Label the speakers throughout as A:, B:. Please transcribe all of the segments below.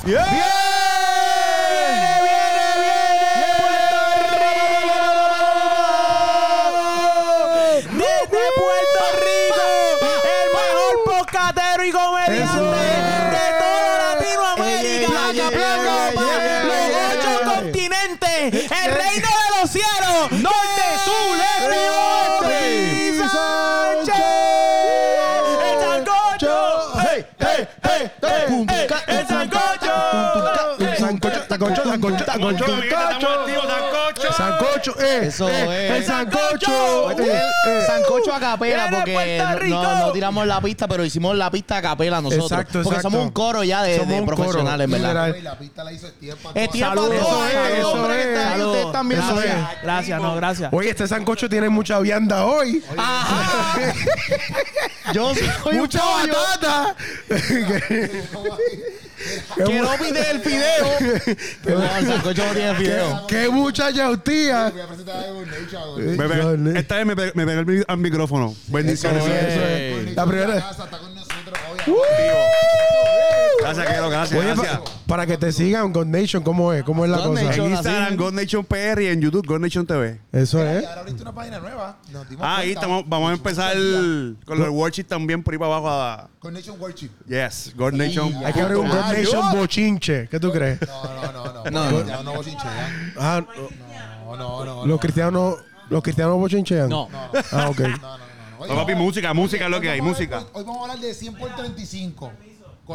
A: ¡Bien! ¡Viene, viene, viene!
B: ¡Uh!
A: ¡Desde Puerto Rico! ¡El mejor podcatero y comediante
C: Eso es.
A: de toda
C: Ey, ey,
A: Latinoamérica!
C: ey, ey, ey,
A: ¡Aplausos para
C: ey, ey, ey,
A: los ocho
C: ey.
A: continentes!
B: Eh,
A: ¡El reino de los cielos! ¡Norte, sur, este y oeste!
C: ¡Ey,
A: ¡Sánchez! ¡El sancocho!
C: ¡Hey, hey, hey, hey!
A: Pum,
C: hey,
A: ca-
C: hey,
A: el sancocho.
C: pum, ca- Sancocho, sancocho, sancocho, sancocho,
D: Muy bien, estamos activos, sancocho.
C: sancocho, eh,
B: Eso
C: eh,
B: es.
C: el sancocho,
A: Sancocho. Uh.
C: eh, eh.
B: Este, Sancocho a
A: Viene
B: capela, porque
A: Puerto
B: no- no,
A: Rico.
B: no tiramos la pista, pero hicimos la pista a capela nosotros.
C: Exacto,
B: porque
C: exacto.
B: somos un coro ya de,
C: Somos
B: de
C: un coro,
B: profesionales, ¿verdad?
C: literal.
E: Y la pista la hizo Estiepa.
B: Es tiempo a
A: Saludos.
B: todos
C: Eso es,
B: estos
C: eso
B: hombres que
C: es.
B: están ahí,
C: Saludos.
B: ustedes también
C: Eso
B: son-
C: es.
A: Gracias, no, gracias.
C: Oye, este sancocho tiene mucha vianda hoy.
B: Yo soy un
C: Mucha
B: pollo.
C: batata.
B: Quiero pedir el fideo. No, el sancocho no tiene fideo.
C: Qué mucha yautía. Eh,
E: Voy a presentar a un Nation.
D: Bebé, esta vez me, pe- me pegué el mi- al micrófono. Bendiciones.
C: Eso es,
D: Gracias,
C: eso es. La primera vez.
E: Está con nosotros hoy.
D: Gracias, Kero, gracias.
C: Oye,
D: gracias.
C: pa- para que te sigan, God Nation, ¿cómo es? ¿Cómo es la
B: God
C: cosa?
B: Nation.
D: En
B: Son
D: Instagram,
B: así.
D: God Nation PR y en YouTube, God Nation TV.
C: Eso es.
E: Y ahora abriste una página nueva. Nos dimos
D: Ah, ahí
E: cuenta.
D: estamos, vamos a empezar con los worksheets también por ahí para abajo. a-
E: Con Nation Worship.
D: yes, God Nation.
C: Hay que abrir un God Nation bochinche. ¿Qué tú crees?
E: No, no, no, no.
B: No,
E: porque ya no bochinchea.
C: Ah,
E: No, no, no.
C: los cristianos, los cristianos bochinchean.
B: No.
C: Ah, ok.
E: No, no, no, no. Oye,
D: No, papi,
E: vamos-
D: música, música es lo que hay,
E: hoy vamos a
D: música.
E: hablar- Hoy vamos a hablar de 100 por 35.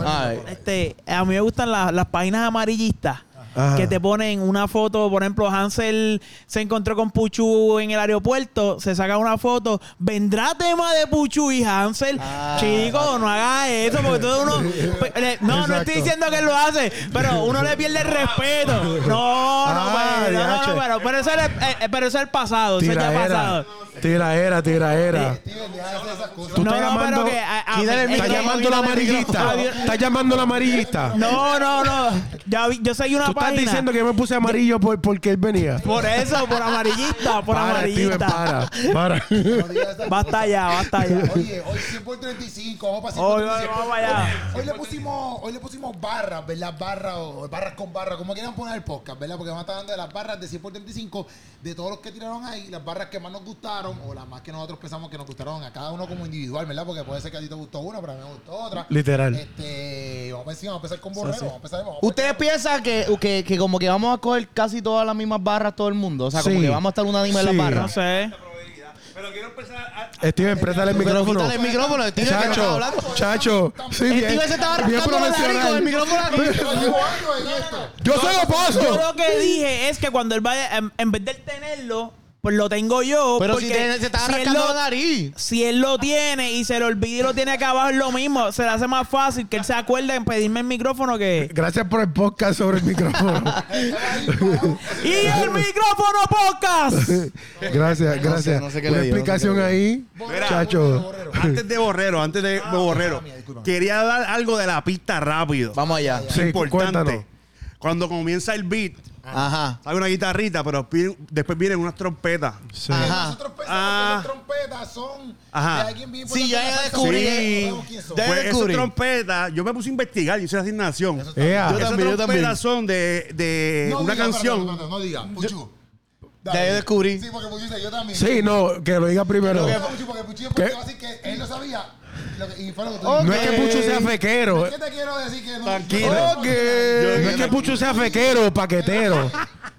B: Ay.
A: Este, a mí me gustan la- las páginas amarillistas
C: Ajá.
A: que te ponen una foto. Por ejemplo, Hansel se encontró con Puchu en el aeropuerto, se saca una foto. Vendrá tema de Puchu y Hansel.
B: Ah.
A: Chico, no hagas eso porque todo uno. pe- le- No, no
C: Exacto.
A: estoy diciendo que lo hace, pero uno le pierde el respeto. No, no,
C: Ah,
A: pero, no, no,
C: diache.
A: pero, pero eso es el, eh, eh, pero eso es el pasado. Eso ya ha
C: Tiraera.
A: pasado.
C: Tiraera, tiraera.
E: Steven, deja de hacer esas cosas.
C: Tú
A: No,
C: estás
A: no, pero
C: llamando.
A: que. a- a-
B: Quítale el
C: Estás
B: micrófono,
C: llamando
B: quítale
C: la
B: el
C: amarillista.
A: micrófono.
C: Estás llamando la amarillista.
A: No, no, no. Ya vi- yo soy una
C: Tú estás
A: página.
C: diciendo que yo me puse amarillo por, porque él venía.
A: Por eso, por amarillista, por
C: para, Steven,
A: amarillista.
C: para. Para.
E: No digas esas
A: Basta ya, basta ya.
E: cosas. Oye, hoy 100 por 35. Vamos para 100 por
A: Hoy, hoy, vamos allá.
E: Hoy le pusimos, hoy le pusimos barras, ¿verdad? Barras o o barras con barras, como quieran poner el podcast, ¿verdad? Porque vamos a estar hablando de las barras de 100 por 35, de todos los que tiraron ahí, las barras que más nos gustaron o las más que nosotros pensamos que nos gustaron a cada uno como individual, ¿verdad? Porque puede ser que a ti te gustó una, pero a mí me gustó otra.
C: Literal.
E: Este, vamos a empezar, vamos a empezar con Borrero, vamos a empezar. vamos a-
B: Ustedes piensan que, que, que como que vamos a coger casi todas las mismas barras todo el mundo. O sea, como
C: Sí.
B: que vamos a estar unánime en
C: Sí.
B: las
A: No
B: barras.
A: sé.
D: Pero quiero empezar a,
C: Steven, préstale el
B: Pero
C: micrófono.
B: quítale el micrófono. el tío que no está
C: Chacho,
B: hablando.
C: chacho. Sí,
B: El
C: bien,
B: tío se estaba
C: bien
B: rascando la nariz con el micrófono aquí.
E: Yo llevo años en esto.
C: Yo soy
A: Yo
C: oposo.
A: lo que dije es que cuando él vaya, en, en vez de él tenerlo, pues lo tengo yo.
B: Pero
A: porque
B: si te- se estaba
A: si él
B: rascando
A: lo-
B: la nariz.
A: Si él lo tiene y se lo olvida y lo tiene acá abajo, es lo mismo. Se le hace más fácil que él se acuerde en pedirme el micrófono que.
C: Gracias por el podcast sobre el micrófono.
A: ¡Y el micrófono podcast!
C: Gracias, gracias.
B: no sé qué
C: Una
B: le dio, no sé
C: explicación
B: qué le
C: ahí,
E: Borrero,
C: chacho.
E: Borrero, Borrero.
D: Ah, Antes de Borrero, antes de Borrero,
E: mía, discúlpame.
D: quería dar algo de la pista rápido.
B: Vamos allá.
C: Sí,
D: Es importante.
C: cuéntanos.
D: Cuando comienza el beat,
B: Ajá.
D: hay una guitarrita, pero pi- después vienen unas trompetas.
C: Sí.
B: Ajá.
E: Nosotros pensamos
D: Ah.
E: que las trompetas son
D: Ajá.
E: de alguien bien
B: Sí,
E: importante
B: ya
E: en la salsa,
B: descubrí.
E: pero no sabemos quién son.
B: Ya-
D: Pues esas
B: descubrí.
D: trompetas, yo me puse a investigar, yo hice la asignación.
E: Eso está-
C: Ea.
B: Yo
D: Esas
B: también, yo también.
D: trompetas son de,
B: Eh,
D: de
E: No
D: una
E: diga,
D: canción.
E: espérate, espérate, No diga, Puchu.
B: Ya yo descubrí.
E: Sí, porque Puchu dice, yo también.
C: Sí, no, que lo diga primero.
E: Porque Puchu, porque Puchu después
C: ¿Qué?
E: te va a decir que él no sabía. Lo que, y fue lo que tú
C: No
E: dijiste.
C: es que Pucho sea fequero.
E: ¿Qué te quiero decir que no?
D: Tranquilo.
E: No,
C: Ok. No es que Pucho sea fequero, paquetero.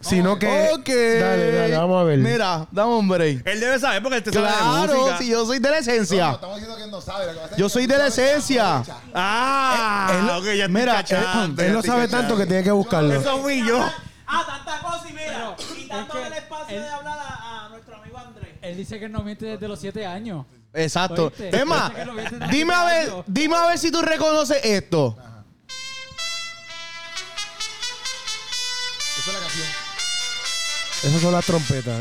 C: Sino que.
B: Ok.
C: Dale, dale, vamos a ver.
B: Mira, dame un break.
D: Él debe saber porque él te sabe de
B: Claro,
D: música.
B: si yo soy de la
E: no,
B: esencia.
E: estamos diciendo que él no sabe. Lo que pasa es
B: Yo
E: que
B: soy
E: él
B: de la
E: no sabe
B: esencia.
E: fecha.
D: Ah, ok, ya estoy
B: mira,
D: cachando,
C: eh, Él
D: ya
C: lo
D: estoy
C: sabe
D: cachando.
C: tanto que tiene que buscarlo.
D: Eso fui yo.
A: Ah, tanta cosa y mira, quitándole el espacio de hablar a, a nuestro amigo Andrés.
F: Él dice que no miente desde los 7 años.
B: Exacto.
F: Oíste.
B: Es más,
F: Yo sé que lo hubiese dado
B: dime a ver,
F: algo.
B: dime a ver si tú reconoces esto.
E: Esa es la canción.
C: Esas son las trompetas.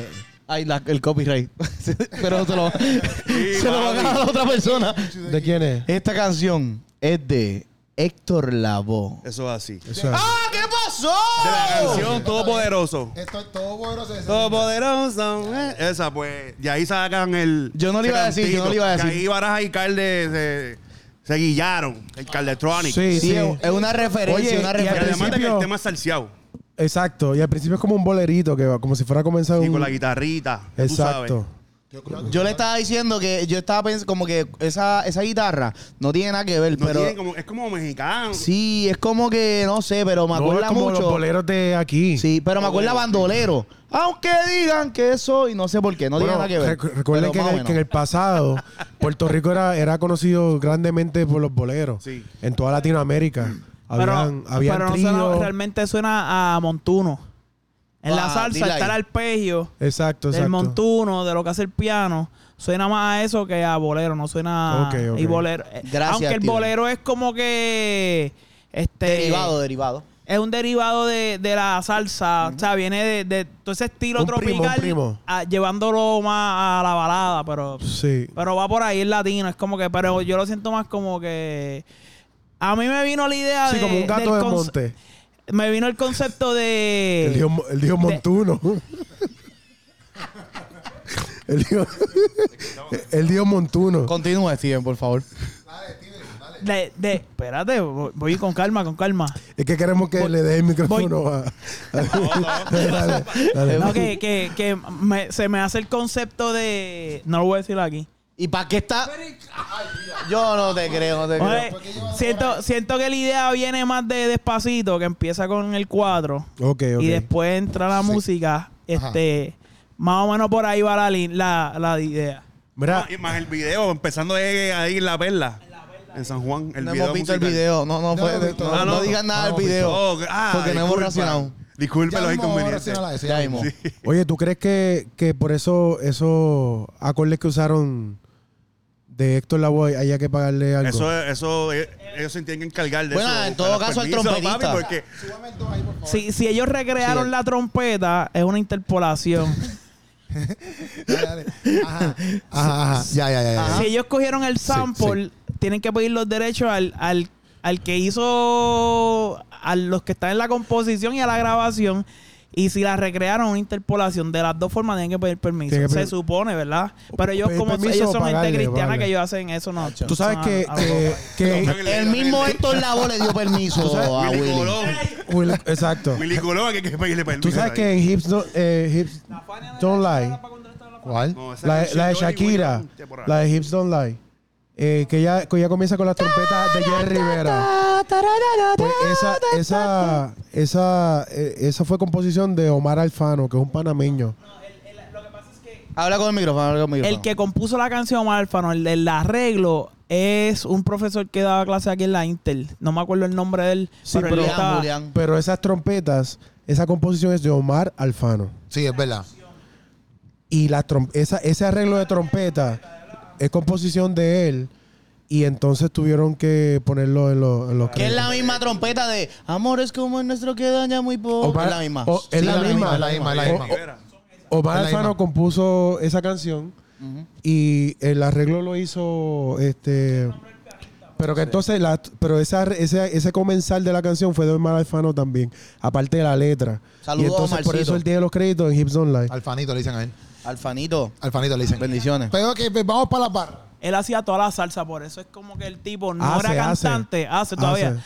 B: Ay, la- el copyright. Pero se lo, se lo va a
D: papi.
B: ganar a la otra persona.
C: ¿De quién es?
B: Esta canción es de Héctor Lavoe.
D: Eso es así. De
C: Eso es.
B: ¡Ah, qué pasó!
D: la canción Todopoderoso.
E: Esto es todo poderoso. es-
D: Todopoderoso. eh. Esa, pues. Y ahí sacan el.
B: Yo no le iba a decir, yo no le iba a
D: Que
B: decir.
D: Ahí Baraja y Calde se, Se guillaron. El Caldetronic.
C: Sí,
B: Sí,
C: sí.
B: es es una referencia,
C: Oye,
B: una
C: y
D: Y además
B: referencia.
D: de que el
C: principio-
D: tema es salseado.
C: Exacto. Y al principio es como un bolerito que va, como si fuera a comenzar
D: Y
C: un.
D: con la guitarrita. tú sabes.
C: Exacto.
B: Yo le estaba diciendo que yo estaba pensando como que esa, esa guitarra no tiene nada que ver,
D: No
B: pero
D: tiene como- es como mexicano.
B: sí, es como que no sé, pero me
C: No, es
B: acuerda
C: como los
B: mucho.
C: boleros de aquí.
B: Sí, pero me acuerda a bandolero. Aunque digan que soy, no sé por qué, no tiene
C: Bueno,
B: nada que ver.
C: recu- recuerden
B: pero
C: que en,
B: más o
C: el, que en
B: menos.
C: el pasado Puerto Rico era, era conocido grandemente por los boleros
D: Sí.
C: en toda Latinoamérica. Habían,
A: pero
C: habían
A: pero no
C: tríos.
A: suena- realmente suena a montuno. En la
B: Ah,
A: salsa
B: dile
A: está el
B: ahí.
A: arpegio
C: Exacto,
A: del
C: exacto.
A: montuno, de lo que hace el piano. Suena más a eso que a bolero, no suena a...
C: Ok, ok.
A: Y bolero. eh,
B: Gracias,
A: Aunque el
B: Steven.
A: bolero es como que... Este,
B: Derivado, derivado.
A: Es un derivado de, de la salsa, o sea, viene de, de todo ese estilo
C: Un primo, un
A: tropical,
C: primo.
A: a- llevándolo más a la balada, pero...
C: Sí.
A: Pero va por ahí el latino, es como que, pero yo lo siento más como que. A mí me vino la idea
C: Sí,
A: de.
C: como un
A: del
C: gato de
A: conce-
C: monte.
A: Me vino el concepto de.
C: El dios, Mo- el dios Montuno. el, dios, el dios Montuno.
B: Continúe, Steven, por favor.
A: de, de- espérate, voy voy con calma, con calma.
C: Es que queremos que le dé el micrófono a. Dale, dale.
A: No, que, que, que me- se me hace el concepto de. No lo voy a decir aquí.
B: ¿Y para qué está? Yo no te creo, no te
A: Oye,
B: creo.
A: siento, siento que la idea viene más de despacito, que empieza con el 4.
C: Ok, ok.
A: Y después entra la música. Este. Más o menos por ahí va la, li- la, la idea.
C: Mira,
D: Y más el video, empezando de- ahí en La Perla. En San Juan. El
B: no
D: video
B: hemos visto el
D: musical.
B: video. No, no, fue-
E: No hemos visto.
B: no,
D: Ah,
B: no
D: no.
B: digan nada
C: No
B: del
C: hemos
B: video.
D: Oh, ah,
B: porque no hemos
D: disculpa.
B: reaccionado.
D: Disculpe
E: Ya
D: los
E: mismo vamos a
D: inconvenientes.
E: reaccionar a eso,
B: Ya
E: mismo.
B: vimos.
C: oye, ¿tú crees que, que por eso esos acordes que usaron de Héctor Lavoe haya que pagarle algo?
D: Eso, eso, eh, ellos se tienen que encargar de
B: Bueno,
D: eso.
B: en todo
D: buscar
B: caso, el
D: permiso,
B: trompetista.
D: papi, porque
E: Súbame el dos ahí, por favor.
A: Si, si ellos recrearon
B: Sí.
A: la trompeta, es una interpolación.
E: Dale, dale. Ajá. Ajá, ajá. Ya, ya, ya.
B: Ah.
E: ya.
A: si ellos cogieron el sample, tienen que pedir los derechos al, al, al que hizo, a los que están en la composición y a la grabación. Y si la recrearon una interpolación, de las dos formas tienen que pedir permiso.
C: Tienen que
A: se
C: pedir-
A: supone, ¿verdad? Pero ellos,
C: pedir
A: como
C: permiso
A: ellos
C: o
A: son
C: pagarle,
A: gente cristiana
C: pagarle.
A: que ellos hacen eso, no.
C: Tú sabes
A: son
C: que,
A: a- a-
C: que, que-
B: El mismo Héctor Ah, Lavo le dio permiso a
D: Mili
B: Willy.
D: Colón.
C: Will- exacto.
D: Mili Colón, que hay que pedirle permiso.
C: Tú sabes que en Hips, no- eh, Hips Don't Lie,
E: ¿Cuál?
D: No, esa
C: la,
D: canción
C: la de
D: yo oigo y
C: Shakira,
D: voy a-
C: la de Hips Don't Lie, eh, que, ya, que ya comienza con las trompetas de Jerry Rivera. Pues esa, esa, esa, eh, esa fue composición de Omar Alfano, que es un panameño.
B: Habla con el micrófono, habla con el micrófono.
A: El que compuso la canción Alfano, el del arreglo, es un profesor que daba clase aquí en la Intel. No me acuerdo el nombre de él.
C: Sí,
A: pero él
C: pero-
B: Julián,
A: estaba-
B: Julián.
C: Pero esas trompetas, esa composición es de Omar Alfano.
E: Sí, es verdad.
C: Y la trom- esa, ese arreglo de trompeta es composición de él. Y entonces tuvieron que ponerlo en, los en los
B: Que es la
C: créditos.
B: misma trompeta de Amores como el nuestro que daña muy poco.
C: Omar-
B: es la misma.
C: o- es
B: Sí,
C: la misma,
E: es la misma, es la misma.
D: Rivera.
C: Omar
E: Es la
C: Alfano
E: misma.
C: compuso esa canción y el arreglo lo hizo este pero que entonces la, pero esa, ese, ese comensal de la canción fue de Omar Alfano también, aparte de la letra.
B: Saludos,
C: y entonces por
B: Omarcito.
C: eso él tiene los créditos en Hips Online.
E: Alfanito le dicen a él.
B: Alfanito.
E: Alfanito le dicen.
B: Bendiciones.
E: Pero que pues, vamos para la barra.
A: Él hacía toda la salsa, por eso es como que el tipo no
C: Hace,
A: era
C: Ah, hace.
A: cantante, hace, todavía.
C: Hace.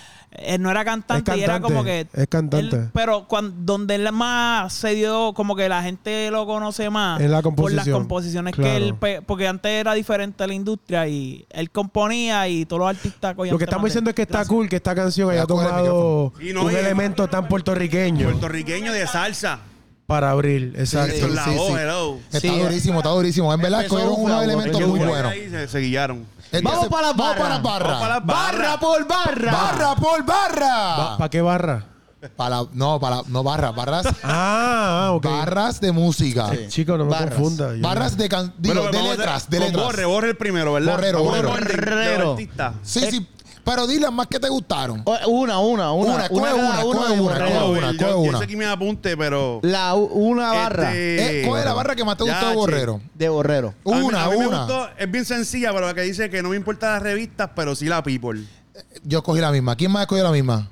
A: Él no era cantante,
C: Es
A: y era
C: cantante,
A: como que.
C: es cantante.
A: él- pero cuando, donde él más se dio, como que la gente lo conoce más.
C: En la
A: Por las
C: composición,
A: composiciones que
C: claro.
A: él. pe- Porque antes era diferente la industria y él componía y todos los artistas cogían
C: Lo que estamos
A: temas de-
C: diciendo es que está
A: Gracias.
C: cool que esta canción haya
E: Ya, coge el
C: tomado
D: micrófono. Y no,
C: un
D: y-
C: elemento tan puertorriqueño
D: Puertorriqueño de salsa.
C: para abrir.
D: Esto
C: Exacto.
D: es la
E: sí,
D: voz,
E: sí.
D: hello.
E: Está
B: Sí.
E: durísimo, está durísimo. En verdad,
B: Empezó
E: cogieron
B: un
E: unos
B: favor.
E: elementos
D: Es que
E: muy
D: fue
E: buenos.
D: ahí, Se, se guillaron.
C: Este
E: Entonces,
B: para las
E: Vamos para
B: barras.
E: las barras.
D: Vamos para las barras.
B: por barra.
E: Barra por barra.
C: ¿Para qué barra?
E: Para, no, para, no barras, barras,
C: Ah, ah, ok.
E: barras de música.
C: Chico, no me
B: Barras.
C: confunda. Yo-
E: Barras de can, digo,
D: Bueno, pues
E: de
D: vamos a
E: letras,
D: hacer-
E: de
D: con
E: letras.
D: Borre, borre el primero, ¿verdad?
E: Borrero,
D: Vamos en
E: borrero.
D: orden de
B: Borrero.
D: artista.
E: Sí, sí, pero dilas más que te gustaron.
B: Una, una, una.
E: Una, coge
B: cada
E: una,
B: uno
E: coge
B: de
E: una,
B: Borrego.
E: coge
D: Yo-
E: una, coge
D: yo,
E: una.
D: sé que me apunte, pero.
B: La u- una barra
D: Este,
E: Eh, ¿Cuál es la barra que más te
D: ya,
E: gustó de
D: che.
E: Borrero?
B: de Borrero.
D: A mí-
E: Una,
D: a mí me
E: una.
D: gustó, es bien sencilla, pero la que dice que no me importan las revistas, pero sí la people.
E: Yo cogí la misma. ¿Quién más cogió la misma?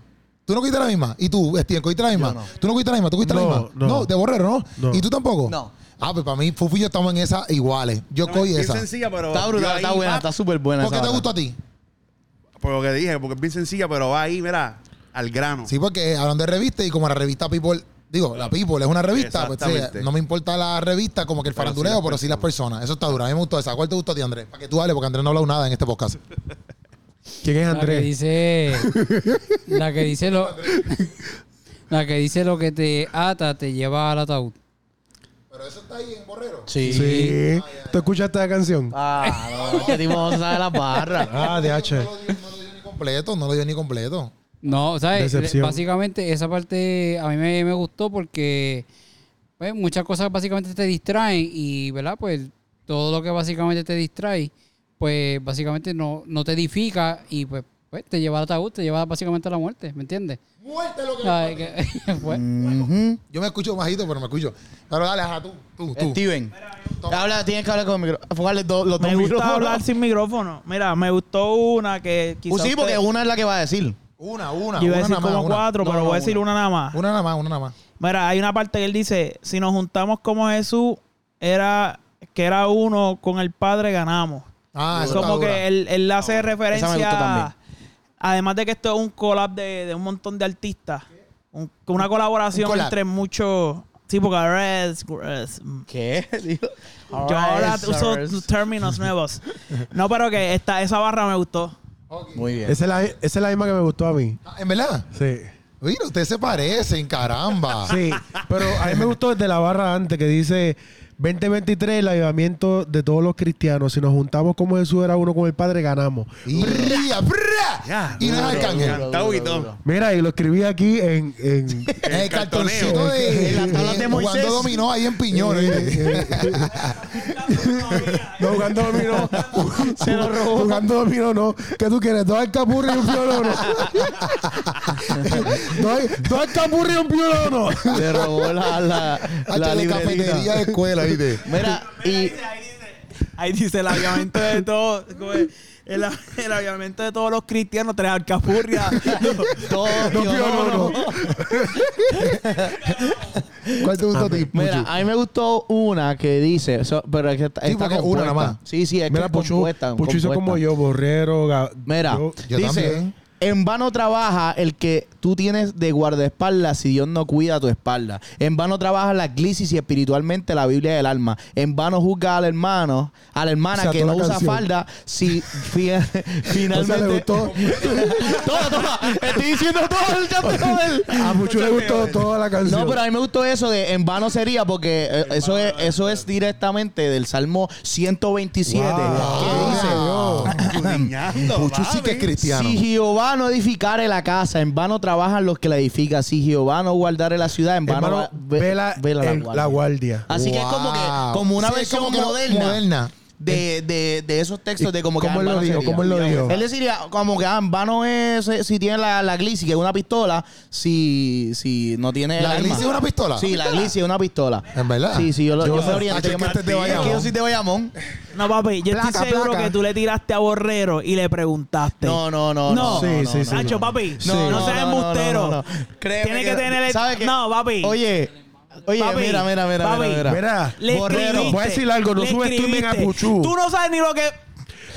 E: ¿Tú no cogiste la misma? ¿Y tú, Steven, cogiste la misma? ¿Tú no cogiste la misma? ¿Tú cogiste la
C: No,
E: misma?
C: no.
E: de Borrero, ¿no?
C: No.
E: ¿Y tú tampoco?
B: No.
E: Ah, pues para mí, Fufu y yo estamos en esa iguales. Yo cogí
D: bien
E: esa.
D: sencilla, pero.
B: Está
D: yo
B: brutal,
D: ahí,
B: está buena,
D: ah,
B: está súper buena.
E: ¿Por qué
B: esa
E: te
B: barra.
E: gustó a ti?
D: Por lo que dije, porque es bien sencilla, pero va ahí, mira, al grano.
E: Sí, porque hablando de revista y como la revista People, digo, la People es una revista, pues sí,
D: Exactamente.
E: no me importa la revista como que el
D: Pero
E: faranduleo,
D: sí las
E: pero sí las personas. Eso está dura. A mí me gustó esa. ¿Cuál te gustó a ti, Andrés? Para que tú hables, porque Andrés no ha hablado nada en este podcast.
C: ¿Quién es
F: La que
C: Andrés?
F: dice. la que dice lo. La que dice lo que te ata te lleva al ataúd.
E: Pero eso está ahí en Borrero.
B: Sí.
C: Sí. ¿Tú escuchaste la canción?
B: Ah, no, este tipo no sabe las barras.
C: Ah, de H.
E: No lo dio- no lo dio ni completo, no lo dio ni completo.
F: No, ¿sabes?
C: Decepción.
F: Básicamente esa parte a mí me, me gustó porque pues, muchas cosas básicamente te distraen y, ¿verdad? Pues todo lo que básicamente te distrae, pues básicamente no, no te edifica y pues, pues, te lleva al ataúd, te lleva básicamente a la muerte, ¿me entiendes?
E: Muerte lo que le
F: Ay,
E: pasa.
F: que- pues,
B: Ujú.
E: Yo me escucho bajito, pero me escucho. Pero dale, ajá, tú, tú, tú.
B: Pues, Steven, habla, tienes que hablar con el micrófono. Fugarle dos- los dos
A: Me gusta
B: micrófonos.
A: hablar sin micrófono. Mira, me gustó una que
B: Uh,
A: quizás.
B: sí, porque
A: ustedes-
B: una es la que va a decir.
E: Una, una,
A: Yo iba a
E: una
A: decir
E: nada más.
A: como
E: una.
A: cuatro,
E: No,
A: pero
E: no,
A: voy a decir una nada más.
E: Una nada más, una nada más.
A: Mira, hay una parte que él dice, si nos juntamos como Jesús, era que era uno, con el Padre ganamos.
E: Ah,
A: Es
E: eso
A: como
E: está dura.
A: que él, él hace
B: Esa me gustó
A: referencia,
B: también.
A: además de que esto es un collab de, de un montón de artistas, un- una colaboración
E: Un collab.
A: entre muchos, sí, porque ahora es- es-
B: ¿Qué? tío?
A: yo ahora
B: Alright,
A: uso
B: sirs.
A: términos nuevos. No, pero que esta, esa barra me gustó.
B: Muy bien.
C: Esa es, la, esa es la misma que me gustó a mí.
E: Ah, ¿En verdad?
C: Sí.
E: Mira, ustedes se parecen, caramba.
C: Sí. Pero a mí me gustó desde la barra antes que dice 2023, el avivamiento de todos los cristianos. Si nos juntamos como Jesús era uno con el Padre, ganamos.
E: Y, brilla, brilla.
D: Ya,
E: y no es
B: duro,
E: arcángel.
B: duro.
D: Cantado y todo.
C: Mira, y lo escribí aquí en... en-
E: Es el
D: El cartoneo.
E: cartoncito de,
B: En las tablas de Moisés.
E: Cuando dominó ahí en Piñón.
C: no, jugando dominó. Se lo robó. Jugando dominó, no. ¿Qué tú quieres? ¿Dos alcapurri y un piolono? ¿Dos, dos alcapurri y un piolono?
B: Le robó la, la,
E: La,
B: la
E: cafetería de
B: librería.
E: escuela, ¿viste?
B: Mira, y
A: Ahí dice el avivamiento de todos, como el, el avivamiento de todos los cristianos, tres alcapurrias.
B: todo
C: Dos piolonos.
E: ¿Cuál te gustó a ti?
B: Mira,
E: Puchu?
B: a mí me gustó una que dice, so- pero es que está,
E: Sí,
B: está
E: porque es una
B: compuesta.
E: nada más.
B: Sí, sí, es que
C: Mira,
B: es
C: Puchu,
B: compuesta,
C: Puchu hizo
B: compuesta.
C: como yo, borrero. ga-
B: Mira,
C: yo-
E: Yo
B: dice,
E: también.
B: en vano trabaja el que tú tienes de guardaespaldas si Dios no cuida tu espalda. En vano trabaja la glisis y espiritualmente la Biblia del alma. En vano juzga al hermano, a la hermana
C: O sea,
B: que
C: toda
B: no
C: la
B: usa
C: canción.
B: falda si fi-
C: o sea,
B: finalmente...
C: le gustó.
B: Toma, toma, estoy diciendo todo el campeón.
C: A Puchu le gustó toda la canción.
B: No, pero a mí me gustó eso de en vano sería porque eh, eso es eso es directamente del Salmo 127 que dice
E: Puchu sí que es cristiano.
B: si Jehová no edificare la casa, en vano trabajan los que la edifican. Si Jehová no guardare la ciudad, en vano
C: Hermano,
B: va- ve-
C: vela, en la guardia.
B: Así que es como
E: Wow.
B: que como una
E: Sí, es
B: versión
E: como que lo-
B: moderna,
E: moderna.
B: De, de, de esos textos de como que
C: ¿Cómo
B: ah,
C: él
B: en
C: lo
B: vano
C: dijo?
B: sería.
C: ¿Cómo él lo dijo?
B: Él deciría como que ah, en vano es eh, si tiene la, la glicia, que es una pistola, si, si no tiene. el
E: ¿La
B: arma.
E: glicia es una pistola?
B: Sí, la glicia es una pistola.
E: ¿En verdad?
B: Sí, sí, yo, lo,
E: Yo
B: yo
E: sé.
B: me
E: Ah,
B: oriento.
E: que
B: yo me-
E: este es de
B: es que yo
E: Bayamón.
B: soy de Bayamón.
A: No, papi, yo
E: Placa,
A: estoy seguro
E: placa.
A: que tú le tiraste a Borrero y le preguntaste.
B: No, no, no. No,
A: No.
C: Sí, sí, sí.
A: Nacho, papi, no, seas embustero. Tiene que, tener el...
B: ¿Sabe qué?
A: No, papi.
B: Oye, oye,
A: Papi,
B: mira, mira, mira,
A: papi.
B: mira, mira.
C: Mira,
A: Le
B: Borrero,
A: escribiste,
C: voy a decir algo, no
A: le
C: subestimen a
A: escribiste.
C: Puchu.
A: Tú no sabes ni lo que...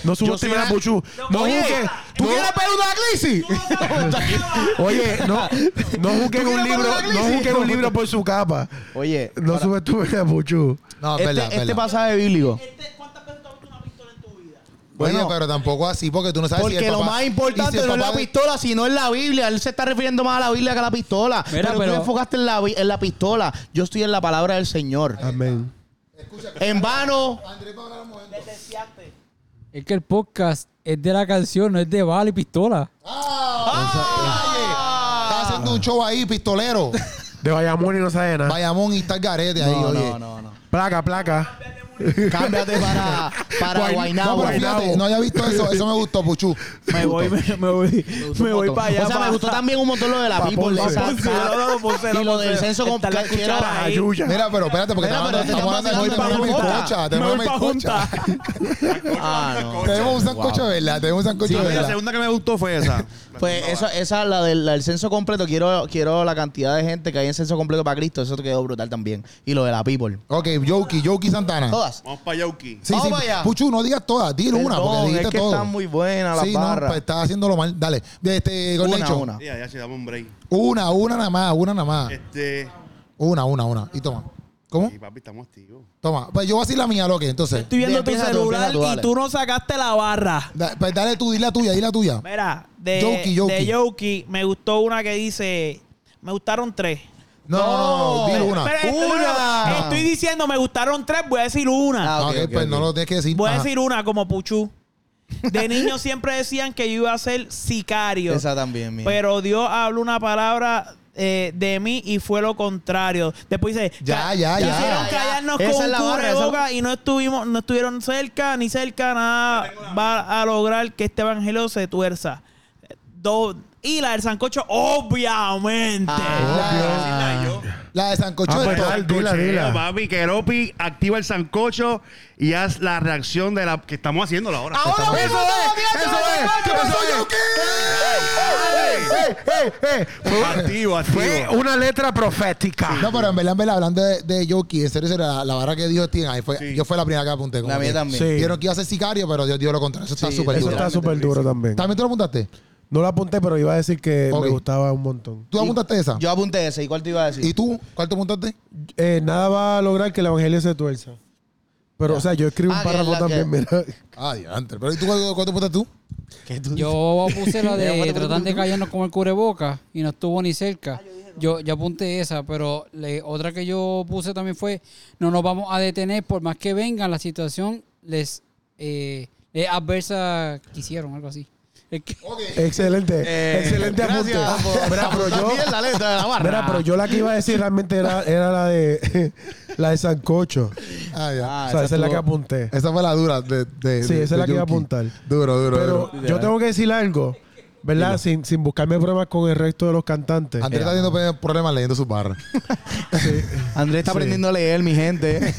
C: no subestimen
B: soy
C: a
B: una-
C: Puchu. No
A: Oye,
C: juzgues.
A: ¿tú
C: no-
A: quieres
B: pegar una crisis?
C: Oye, no, no juzguen un libro, no juzguen un libro por su capa.
B: Oye,
C: No subestimen a Puchu.
E: No, es Ah, verdad,
B: este,
E: es
B: este
E: verdad.
B: pasaje bíblico.
A: Este, ¿Cuántas veces has visto una pistola en tu vida?
E: Oye,
B: Bueno,
E: pero tampoco así, porque tú no sabes si
B: Porque
E: el
B: lo
E: papá-
B: más
E: y si
B: importante
E: el
B: no es la
E: papá-
B: pistola, sino es la Biblia. Él se está refiriendo más a la Biblia que a la pistola.
F: Mira,
B: pero, tú
F: pero-
B: te enfocaste en la, bi- en la pistola. Yo estoy en la palabra del Señor.
C: Amén.
B: En vano.
E: Andrés va a hablar un momento.
F: Es que el podcast es de la canción, no es de bala y pistola.
E: Ah, eh, Está haciendo un show ahí, pistolero.
C: De Bayamón y no sabe nada.
E: Bayamón y está el garete ahí,
B: No,
E: oye.
B: no, no, no.
C: Placa, placa.
B: Cámbiate para, para
C: Guay-
B: Guaynabo.
E: No, pero fíjate, no había visto eso. Eso me gustó, Puchu.
A: Me voy, me, me voy, me voy para allá.
B: O sea, me
A: pa-
B: gustó también un montón lo de la
C: Pa'
B: people.
C: Ponce.
B: esa-
A: Ponce, no, no, no, Ponce, no,
B: y lo del
A: Ponce.
B: censo con
A: Está la
B: quiero-
A: cuchara ahí.
C: Ayuya.
E: Mira, pero espérate, porque
B: Mira,
E: estamos
B: pero te
E: estamos
B: están
E: hablando de
B: vacilando, pero
E: tenemos melcocha. Tenemos
A: Me voy pa'
E: melcocha.
A: junta.
B: Ah, no.
E: Tenemos un sancocho, de ¿verdad? Tenemos un sancocho, de
D: la
E: ¿verdad?
D: segunda que me gustó fue esa.
B: Pues esa, esa, la del, la del censo completo, quiero, quiero la cantidad de gente que hay en censo completo para Cristo, eso te quedó brutal también. Y lo de la people.
E: Ok, Yoki, Yoki Santana.
B: todas.
D: Vamos para Yauki.
E: Sí,
B: Vamos
E: sí.
B: para allá.
E: Puchu, no digas todas, di una,
B: Perdón,
E: porque dijiste
B: es que
E: todo.
B: están muy buenas las
E: sí, no,
B: barras.
E: pues estás haciéndolo mal. Dale. Este,
B: Una,
E: Gornacho.
B: una.
D: Ya, ya, se dame un break.
E: Una, una nada más, una nada más.
D: Este.
E: Una, una, una. Y toma. ¿Cómo?
D: Y papi, estamos activos.
E: Toma. Pues yo voy a decir la mía, loque, entonces.
A: Estoy viendo tu
B: Empieza tú,
A: celular
B: empieza tú, dale.
A: y tú no sacaste la barra.
E: Da- pues dale tú, di la tuya, di la tuya.
A: Mira, de
E: Yoki, Yoki.
A: de Yoki me gustó una que dice, me gustaron tres.
E: No, no, no, di una.
A: Pero estoy-
B: Una.
A: Estoy diciendo, me gustaron tres, voy a decir una.
B: Ah,
E: Ah,
B: ok,
E: ok,
B: ok,
E: pues
B: ok.
E: no lo tienes que decir.
A: Voy a
E: Ajá.
A: decir una como Puchu. De niño siempre decían que yo iba a ser sicario.
B: Esa también, mía.
A: Pero Dios habló una palabra eh, de mí y fue lo contrario. Después dice,
E: Ya,
A: "Ca-
E: ya, ya.
A: quisieron
B: ya.
A: callarnos
B: Esa
A: con
B: es
A: un
B: la barra, esa-
A: cubreboca y no estuvimos, no estuvieron cerca, ni cerca, nada va a lograr que este evangelio se tuerza. Do- y la del sancocho, obviamente.
E: Ah, La de Sancocho
C: Ah,
E: de
C: pues,
E: todo.
C: dale. dila, dila.
D: Papi, Keropi, activa el sancocho y haz la reacción de la que estamos haciendo ahora.
E: Ahora mismo te lo tienes,
C: es,
E: Sancocho,
C: eso es.
E: Yuki.
C: ¡Eh, eh, eh! Fue-
D: Activo,
C: Fue
D: activo.
C: una letra profética.
E: No, pero en verdad, en verdad, hablando de, de Yoki, en serio, esa era la, la barra que dijo Steven ahí. Fue,
D: Sí.
E: Yo fue la primera que apunté. como
B: La mía
E: que
B: también.
C: Sí.
E: Vieron que iba a ser sicario, pero Dios dio lo contrario. Eso está
B: Sí,
E: súper
C: Eso
E: duro.
C: está súper duro también.
E: ¿También tú lo apuntaste?
C: No la apunté, pero iba a decir que
E: Ok.
C: me gustaba un montón.
E: ¿Tú
B: Y-
E: apuntaste esa?
B: Yo apunté esa. ¿Y cuál te iba a decir?
E: ¿Y tú? ¿Cuál te apuntaste?
C: Eh, nada va a lograr que el evangelio se tuerza. Pero, o sea, yo escribo
B: Ah,
C: un
B: que
C: párrafo
B: la que-
C: también, mira.
E: Ah, diantre. Pero ¿y tú cuál, cuál te apuntaste tú?
F: Yo puse la de tratar de callarnos con el cubreboca y no estuvo ni cerca. Yo, yo apunté esa, pero le- otra que yo puse también fue, no nos vamos a detener por más que vengan, la situación les eh, es adversa que hicieron, algo así. Es que-
C: Excelente,
B: Eh,
C: excelente apunte.
B: gracias por-
C: Mira, pero
B: Está
C: yo,
B: bien la letra de la barra.
C: mira, pero yo la que iba a decir realmente era, era la de la de Sancocho.
E: Ah, ya.
B: Ah,
C: o sea, esa es la que
B: estuvo-
C: apunté.
E: Esa fue la dura de, de
C: Sí,
E: de-
C: esa es la
E: de
C: que iba a
E: Yuki.
C: apuntar.
E: Duro, duro,
C: Pero
E: duro.
C: yo tengo que decir algo, ¿verdad? Sin, sin buscarme problemas con el resto de los cantantes. Eh,
E: Andrés está teniendo problemas leyendo sus barras.
B: Andrés está aprendiendo a leer, mi gente.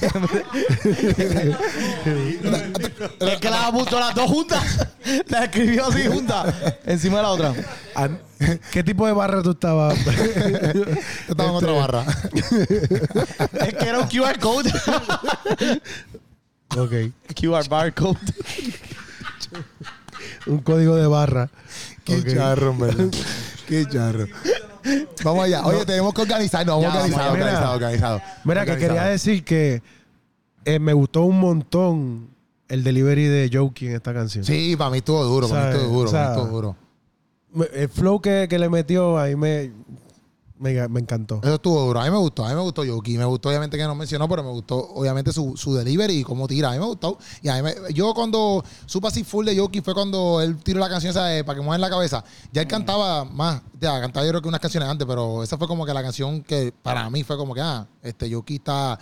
B: es que las apuntó las dos juntas. Las escribió así juntas. Encima de la otra.
C: An- ¿Qué tipo de barra tú estabas?
E: Yo estaba en otra barra.
C: Este,
B: Es que era un QR code.
C: ok,
B: QR barcode.
C: un código de barra.
E: Qué
C: Ok.
E: charro, en verdad. Qué charro. Vamos allá. Oye, tenemos que organizarnos. Vamos
B: Ya,
E: organizado,
C: vamos allá.
E: organizado, organizado.
C: Mira, que
E: Organizado.
C: quería decir que eh, me gustó un montón el delivery de Jokey en esta canción.
E: Sí, para mí estuvo duro, para mí
C: ¿Sabes?
E: estuvo duro, para mí
C: O sea,
E: estuvo duro.
C: Me- El flow que, que le metió ahí me, me, me encantó.
E: Eso estuvo duro. A mí me gustó, a mí me gustó Yoki. Me gustó, obviamente, que no mencionó, pero me gustó, obviamente, su, su delivery y cómo tira. A mí me gustó. Y a mí me- yo cuando supe así full de Yoki fue cuando él tiró la canción esa de Para que muevan la cabeza. Ya él cantaba más. Ya, cantaba yo creo que unas canciones antes, pero esa fue como que la canción que para mí fue como que, ah, este Yoki está.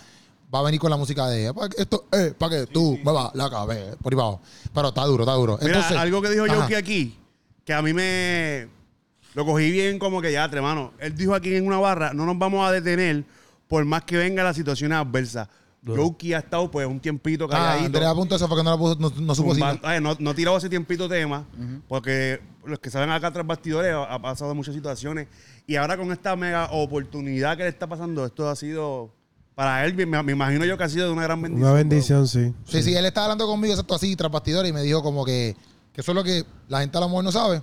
E: Va a venir con la música de "Eh, "Pa' que esto es para que tú muevas la cabeza por ahí para abajo. Pero está duro, está duro.
D: Mira,
E: Entonces,
D: algo que dijo
E: ajá.
D: Yoki aquí, que a mí me lo cogí bien como que ya, hermano. Él dijo aquí en una barra, no nos vamos a detener por más que venga la situación adversa. Yoki ha estado pues un tiempito
E: Ah,
D: calladito.
E: Andrea apuntó eso porque no, la puso- no, no supo si-
D: Zumba- Ay, no, no he tirado ese tiempito tema, porque los que saben acá tras bastidores ha, ha pasado muchas situaciones. Y ahora con esta mega oportunidad que le está pasando, esto ha sido, para él, me, me imagino yo que ha sido de una gran bendición.
C: Una bendición, sí.
E: Sí, sí, él estaba hablando conmigo, exacto, así, tras bastidores, y me dijo como que, que eso es lo que la gente a lo mejor no sabe.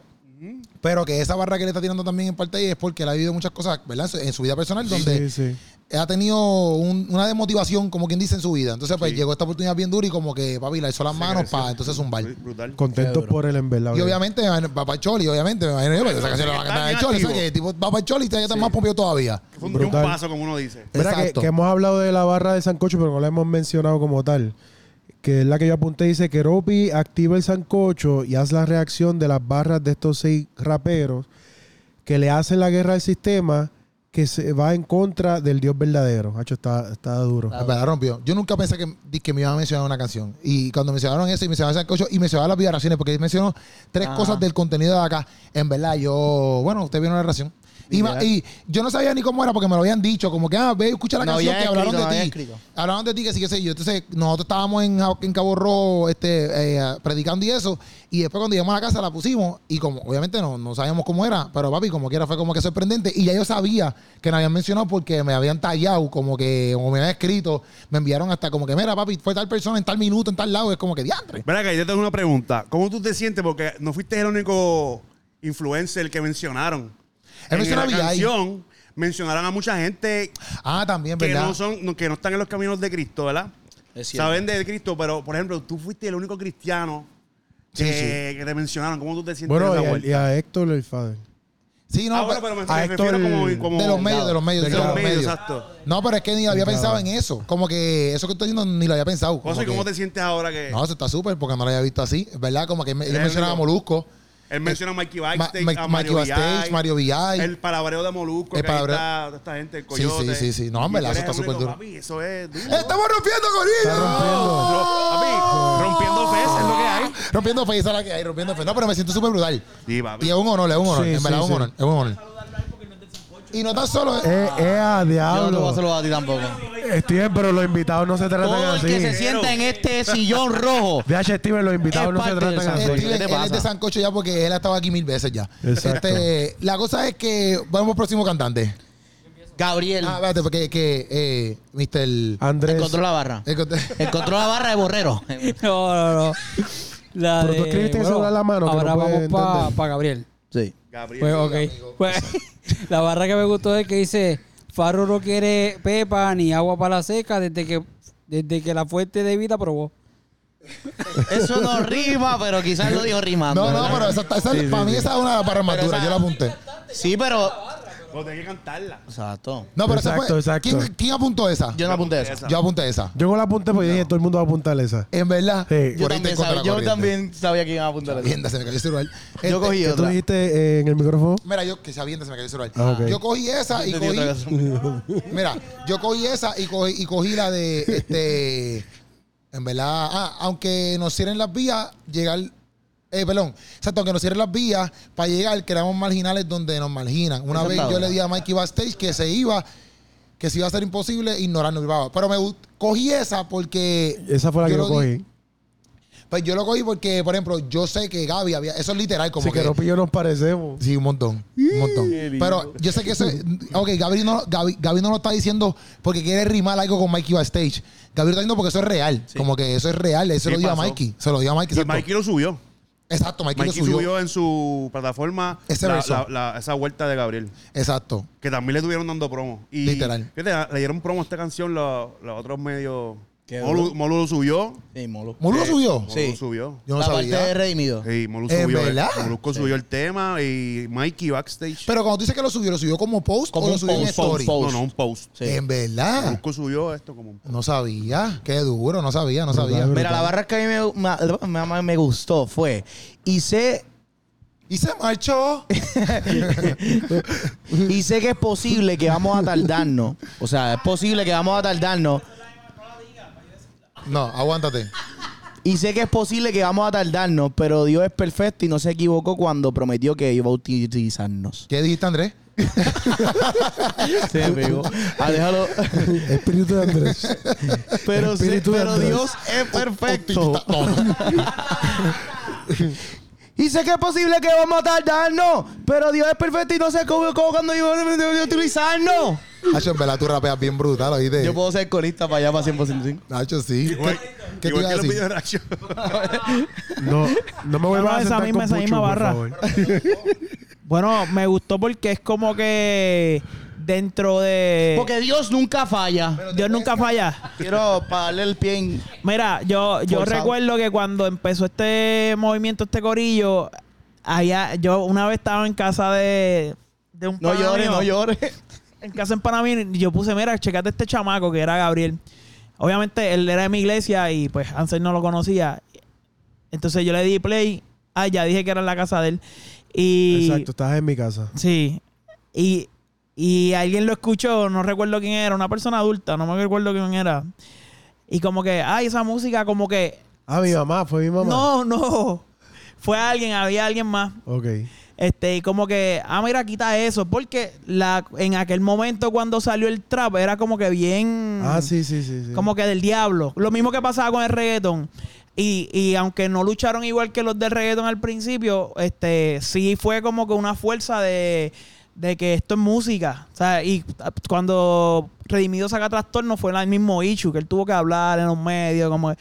E: Pero que esa barra que le está tirando también en parte ahí es porque él ha vivido muchas cosas, ¿verdad? En su- En su vida personal, donde
C: Sí, sí.
E: ha tenido un- una desmotivación, como quien dice, en su vida. Entonces, pues
D: Sí.
E: llegó esta oportunidad bien dura y como que, papi, la hizo las manos para entonces zumbar.
D: Br- Brutal.
C: Contento por el en verdad.
E: Y obviamente, me imagino- va para el Choli, obviamente, me imagino yo, porque esa canción la va a cantar el
D: Está
E: Choli,
D: bien
E: o sea, que el tipo va para el Choli y está ya
D: Sí.
E: más pompido todavía.
D: Fue un, dio un
C: Brutal.
D: paso, como uno dice.
C: Mira que,
E: Exacto.
C: que hemos hablado de la barra de Sancocho, pero no la hemos mencionado como tal. Que es la que yo apunté, dice que Ropi activa el Sancocho y haz la reacción de las barras de estos seis raperos que le hacen la guerra al sistema que se va en contra del Dios verdadero. Hacho, está, está duro.
B: Ah,
E: La verdad rompió. Yo nunca pensé que, que me iban a mencionar una canción. Y cuando mencionaron eso y mencionaron Sancocho y mencionaron las vibraciones, porque mencionó tres
B: Ajá.
E: cosas del contenido de acá. En verdad, yo, bueno, usted vieron la narración. Y, ma- y yo no sabía ni cómo era porque me lo habían dicho. Como que, ah, ve, escucha la
B: No
E: canción
B: habían
E: que hablaron
B: escrito, no
E: de
B: habían
E: ti.
B: escrito.
E: Hablaron de ti, que sí, que sé yo. Entonces, nosotros estábamos en, Ja- en Cabo Rojo este, eh, predicando y eso. Y después, cuando llegamos a la casa, la pusimos. Y como, obviamente, no, no sabíamos cómo era. Pero, papi, como quiera, fue como que sorprendente. Y ya yo sabía que me habían mencionado porque me habían tallado, como que, o me habían escrito. Me enviaron hasta como que, mira, papi, fue tal persona en tal minuto, en tal lado. Es como que diantre.
D: Verá que yo tengo una pregunta. ¿Cómo tú te sientes? Porque no fuiste el único influencer que mencionaron.
E: Él
D: en
E: mencionó
D: la
E: a Villay.
D: canción mencionaron a mucha gente
E: Ah, también,
D: que
E: ¿verdad?
D: no, son, no- que no están en los caminos de Cristo, ¿verdad?
B: Es cierto.
D: Saben de Cristo, pero por ejemplo, tú fuiste el único cristiano que, que te mencionaron. ¿Cómo tú te sientes en
C: Bueno, y
D: esa
C: a,
D: vuelta?
C: y a Héctor el Fader.
E: Sí, no,
D: Ah, bueno, pero
E: pero-
D: me,
C: a
D: me refiero
C: Héctor-
D: como, como-
E: de los medios, de los medios,
D: de
E: de
D: los
E: los
D: medios,
E: medios.
D: exacto.
E: No, pero es que ni había pensado en eso. Como que eso que estoy diciendo ni lo había pensado. Como
D: José, ¿cómo
E: que-
D: te sientes ahora
C: Eh,
D: que
E: No, eso está súper porque no lo había visto así. Es verdad, como que me- yo
D: Eres
E: mencionaba a
D: único.
E: Molusco,
D: él menciona a Mikey
E: Ma-
D: Backstage,
E: Ma-
D: a
E: Mikey
D: Mario Villay,
E: Bastage, Mario Villay.
D: el palabreo de Molusco,
E: El
D: que ahí
E: palabreo-
D: está toda esta gente, el
E: Sí, sí,
D: coyote.
E: sí, sí. No, en
D: Y
E: verdad,
D: tú eres
E: eso está
D: el único,
E: súper duro.
D: Papi, eso es duro.
E: ¡Estamos rompiendo
C: Está
E: gorillas!
C: rompiendo.
D: Ro- papi, rompiendo fe, es lo que hay.
E: Rompiendo fe, esa es la que hay, rompiendo fe. No, pero me siento súper brutal.
D: Sí,
E: Y
D: papi.
E: es un honor, es un honor.
C: Sí,
E: en verdad,
C: sí,
E: es un
C: sí.
E: honor, es un honor. Y no tan solo.
C: Eh, eh, a
B: Yo no te voy a
C: diablo.
B: saludar a ti tampoco.
C: Steven, pero los invitados no se tratan
B: Todo el que se
C: así.
B: sienta en este sillón rojo.
C: DH Steven, los
B: Es
C: invitados no se
B: parte del
C: tratan
B: San
C: así.
B: Francisco.
E: Steven,
B: ¿Qué te
E: él
B: pasa?
E: es de Sancocho ya porque él ha estado aquí mil veces ya.
C: Exacto.
E: Este, la cosa es que vamos al próximo cantante.
B: Gabriel,
E: Ah, espérate, porque que, eh, Mr.
C: Andrés,
B: encontró la barra.
E: El-
B: Encontró la barra de borrero.
F: No, no, no. La
C: Pero tú
F: de-
C: escribiste que se dobla la mano, que
F: Ahora
C: no puede
F: vamos para
C: entender.
F: Gabriel.
B: Sí.
D: Gabriel.
F: Pues, ok. Pues, la barra que me gustó es que dice: Farro no quiere pepa ni agua para la seca desde que, desde que la fuente de vida probó.
B: Eso no rima, pero quizás lo dijo
C: Ah,
B: rimando.
E: No, no,
B: ¿verdad?
E: pero esa, esa- para mí esa es una barra más
B: Pero
E: dura,
B: esa-
E: yo la apunté.
B: Sí, pero.
D: Pues tenía que cantarla.
B: Exacto.
E: No, pero
C: Exacto,
E: esa fue.
C: exacto.
E: ¿quién, quién apuntó esa?
B: Yo no apunté eso.
E: Yo apunté esa.
C: Yo con la apunté porque dije, todo el mundo va a apuntar esa.
E: En verdad,
C: Sí.
B: Yo
E: por ahí te
B: también,
E: encontré
B: sabía,
E: la
B: yo
E: corriente.
B: también sabía que iban a apuntar eso.
E: Avienta, se me cayó el celular.
B: Yo
E: Este,
B: cogí
C: ¿Qué tú
B: otra.
C: dijiste eh, en el micrófono?
E: Mira, yo que se avienta, se me cayó el celular.
C: Ah, ok.
E: Yo cogí esa y
B: Entendí
E: cogí.
B: otra cosa.
E: Mira, yo cogí esa y cogí, y cogí la de este. En verdad, ah, aunque nos cierren las vías, llegar. Eh, perdón, exacto, aunque nos cierren las vías, para llegar creamos marginales donde nos marginan. Una
B: Esa
E: vez
B: está
E: yo
B: buena.
E: le di a Mikey Bastage que se iba, que se iba a ser imposible ignorarnos. iba. Pero me gust- cogí esa porque.
C: Esa fue la que yo
E: lo di-
C: cogí.
E: Pues yo lo cogí porque, por ejemplo, yo sé que Gaby había. Eso es literal, como
C: Si
E: que.
C: que no pillo nos parecemos.
E: Sí, un montón. Un montón. Pero yo sé que eso. Ok, Gaby no, Gaby, Gaby no lo está diciendo porque quiere rimar algo con Mikey backstage. Gaby lo está diciendo porque eso es real. Como que eso es real. Eso
D: Sí,
E: lo dio
D: pasó.
E: a Mikey. Se lo dio a Mikey.
D: Y
E: Exacto,
D: Mikey lo subió.
E: exacto Mikey,
D: Mikey
E: lo
D: subió.
E: subió.
D: en su plataforma
E: Ese
D: la-
E: verso.
D: la- la- esa vuelta de Gabriel.
E: Exacto.
D: Que también le estuvieron dando promo. Y
E: Literal.
D: Fíjate, le dieron promo a esta canción los, los otros medios.
B: Qué
D: Molu,
B: duro.
D: Molu lo subió.
B: Sí, molo.
E: ¿Molu lo
D: Eh,
E: subió?
D: Molu
B: Sí.
D: lo subió.
E: Yo no
B: la parte de
E: sabía.
B: redimido.
D: Sí, Molu
E: ¿En
D: subió.
E: verdad?
D: Molusco subió el tema y Mikey backstage.
E: Pero cuando tú dices que lo subió, ¿lo subió como post
B: Como
E: o lo
B: un
E: subió en
B: post,
E: story?
B: post,
D: No, no, un post.
B: Sí.
E: En verdad.
D: Molusco subió esto como un post.
E: No sabía. Qué duro. No sabía, no sabía.
C: Verdad,
B: Mira, la barra que a mí me, me- me- me gustó fue. Hice
E: Y se marchó.
B: Y sé que es posible que vamos a tardarnos. O sea, es posible que vamos a tardarnos.
E: No, aguántate.
B: Y sé que es posible que vamos a tardarnos, pero Dios es perfecto y no se equivocó cuando prometió que iba a uti- utilizarnos.
E: ¿Qué dijiste, Andrés?
B: Se pegó. Ah, déjalo.
C: Espíritu de Andrés.
B: Pero, sé-
C: Espíritu de
B: pero
C: Andrés.
B: Dios es perfecto.
E: No, no.
B: Y sé que es posible que vamos a tardarnos, pero Dios es perfecto y no se equivocó cuando iba a utilizarnos.
E: Hacho, en verdad, tú rapeas bien brutal, ¿oíste?
B: Yo puedo ser corista para allá, para 100%.
E: Nacho, sí.
D: Igual-
E: ¿Qué te
D: igual
E: iba a
D: que los
E: decir?
D: videos de reacción.
C: No, no me vuelvas
A: No,
C: a
A: esa
C: sentar con
A: misma- esa
C: Puchu,
A: misma
C: por
A: barra.
C: favor.
A: Bueno, me gustó porque es como que dentro de.
B: Porque Dios nunca falla.
A: Dios nunca falla.
B: Quiero pararle el pie en-
A: Mira, yo, yo
B: Forzado.
A: recuerdo que cuando empezó este movimiento, este corillo, allá, yo una vez estaba en casa de, de un
B: No
A: pana
B: llores,
A: mío.
B: no llores.
A: en casa en Panamá y yo puse, mira, checate este chamaco que era Gabriel. Obviamente él era de mi iglesia y pues Ansel no lo conocía. Entonces yo le di play. Ah, ya dije que era en la casa de él. Y,
C: Exacto, estás en mi casa.
A: Sí. Y, y alguien lo escuchó, no recuerdo quién era, una persona adulta, no me recuerdo quién era. Y como que, ay, esa música como que...
C: Ah, mi mamá, fue mi mamá.
A: No, no. Fue alguien, había alguien más.
C: Ok.
A: Este, y como que, ah, mira, quita eso. Porque la, en aquel momento cuando salió el trap era como que bien.
C: Ah, sí, sí, sí. sí.
A: Como que del diablo. Lo mismo que pasaba con el reggaetón. Y, y aunque no lucharon igual que los del reggaetón al principio, este sí fue como que una fuerza de, de que esto es música. O sea, y ah, cuando Redimido saca trastorno fue el mismo issue que él tuvo que hablar en los medios, como que,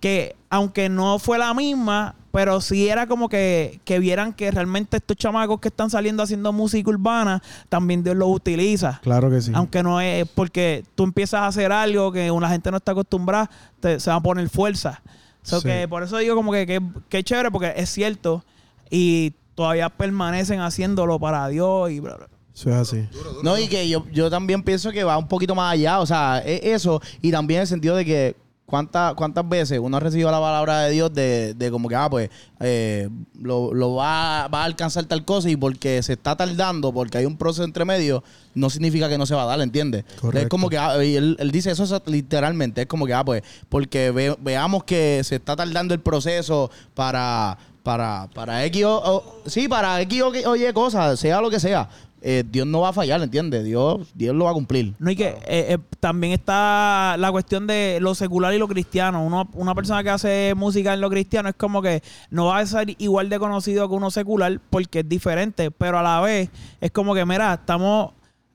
A: que aunque no fue la misma, pero sí era como que, que vieran que realmente estos chamacos que están saliendo haciendo música urbana, también Dios los utiliza.
C: Claro que sí.
A: Aunque no es porque tú empiezas a hacer algo que una gente no está acostumbrada, te- se va a poner fuerza. So
C: Sí.
A: que por eso digo como que, que, que chévere, porque es cierto y todavía permanecen haciéndolo para Dios y bla, bla.
C: Eso es así.
B: No, y que yo, yo también pienso que va un poquito más allá, o sea, e- eso, y también el sentido de que cuánta- cuántas veces uno ha recibido la palabra de Dios de, de como que, ah, pues, eh, lo, lo va, va a alcanzar tal cosa y porque se está tardando, porque hay un proceso entre medio, no significa que no se va a dar, ¿entiendes?
C: Correcto.
B: Es como que, ah, y él, él dice eso, eso literalmente, es como que, ah, pues, porque ve- veamos que se está tardando el proceso para... Para, para X o, o- sí, para X o, oye cosas, sea lo que sea, eh, Dios no va a fallar, ¿entiendes? Dios, Dios lo va a cumplir.
A: No, y que eh, eh, también está la cuestión de lo secular y lo cristiano. Uno, una persona que hace música en lo cristiano es como que no va a ser igual de conocido que uno secular porque es diferente, pero a la vez es como que, mira, estamos,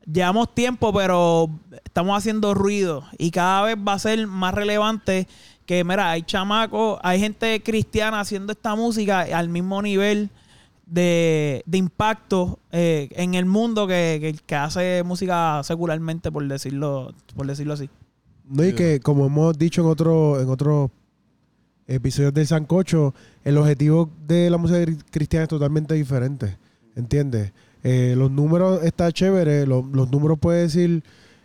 A: llevamos tiempo, pero estamos haciendo ruido y cada vez va a ser más relevante que, mira, hay chamacos, hay gente cristiana haciendo esta música al mismo nivel de, de impacto eh, en el mundo que, que, que hace música secularmente, por decirlo, por decirlo así.
C: No, y que como hemos dicho en otro, en otros episodios del Sancocho, el objetivo de la música cri- cristiana es totalmente diferente. ¿Entiendes? Eh, los números está chévere, lo- los números puede decir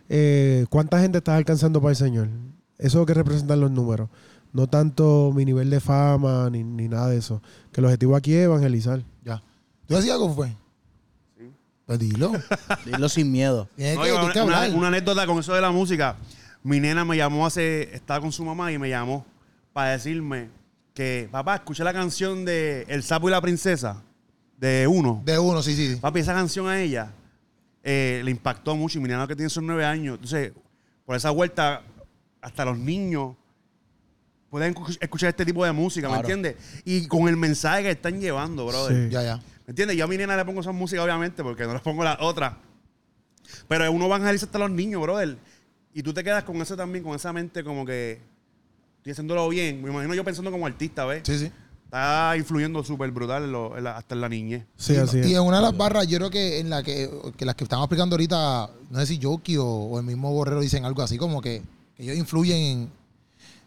C: eh, cuánta gente estás alcanzando para el Señor. Eso es lo que representan los números. No tanto mi nivel de fama ni, ni nada de eso. Que el objetivo aquí es evangelizar.
E: Ya. ¿Tú decías algo, fue? Sí. Pues dilo.
B: Dilo sin miedo.
E: Tienes
D: No,
E: que,
D: y
E: tienes que
D: una,
E: hablar.
D: una- una anécdota con eso de la música. Mi nena me llamó hace, estaba con su mamá y me llamó para decirme que, papá, escuché la canción de El sapo y la princesa, de uno.
E: De uno, sí, sí.
D: Papi, esa canción a ella eh, le impactó mucho. Y mi nena que tiene sus nueve años. Entonces, por esa vuelta, hasta los niños pueden escu- escuchar este tipo de música, ¿me entiendes? Y con el mensaje que están llevando, brother.
C: Sí.
E: Ya, ya.
D: ¿Me entiendes? Yo a mi nena le pongo esa música, obviamente, porque no le pongo la otra. Pero uno evangeliza hasta los niños, brother. Y tú te quedas con eso también, con esa mente como que estoy haciéndolo bien. Me imagino yo pensando como artista, ¿ves?
E: Sí, sí.
D: Está influyendo súper brutal en lo- en la- hasta en la niñez.
C: Sí,
E: y,
C: así
E: y
C: es.
E: en una de las barras, yo creo que en la que, que las que estamos explicando ahorita, no sé si Yoki o, o el mismo Borrero dicen algo así, como que, que ellos influyen en.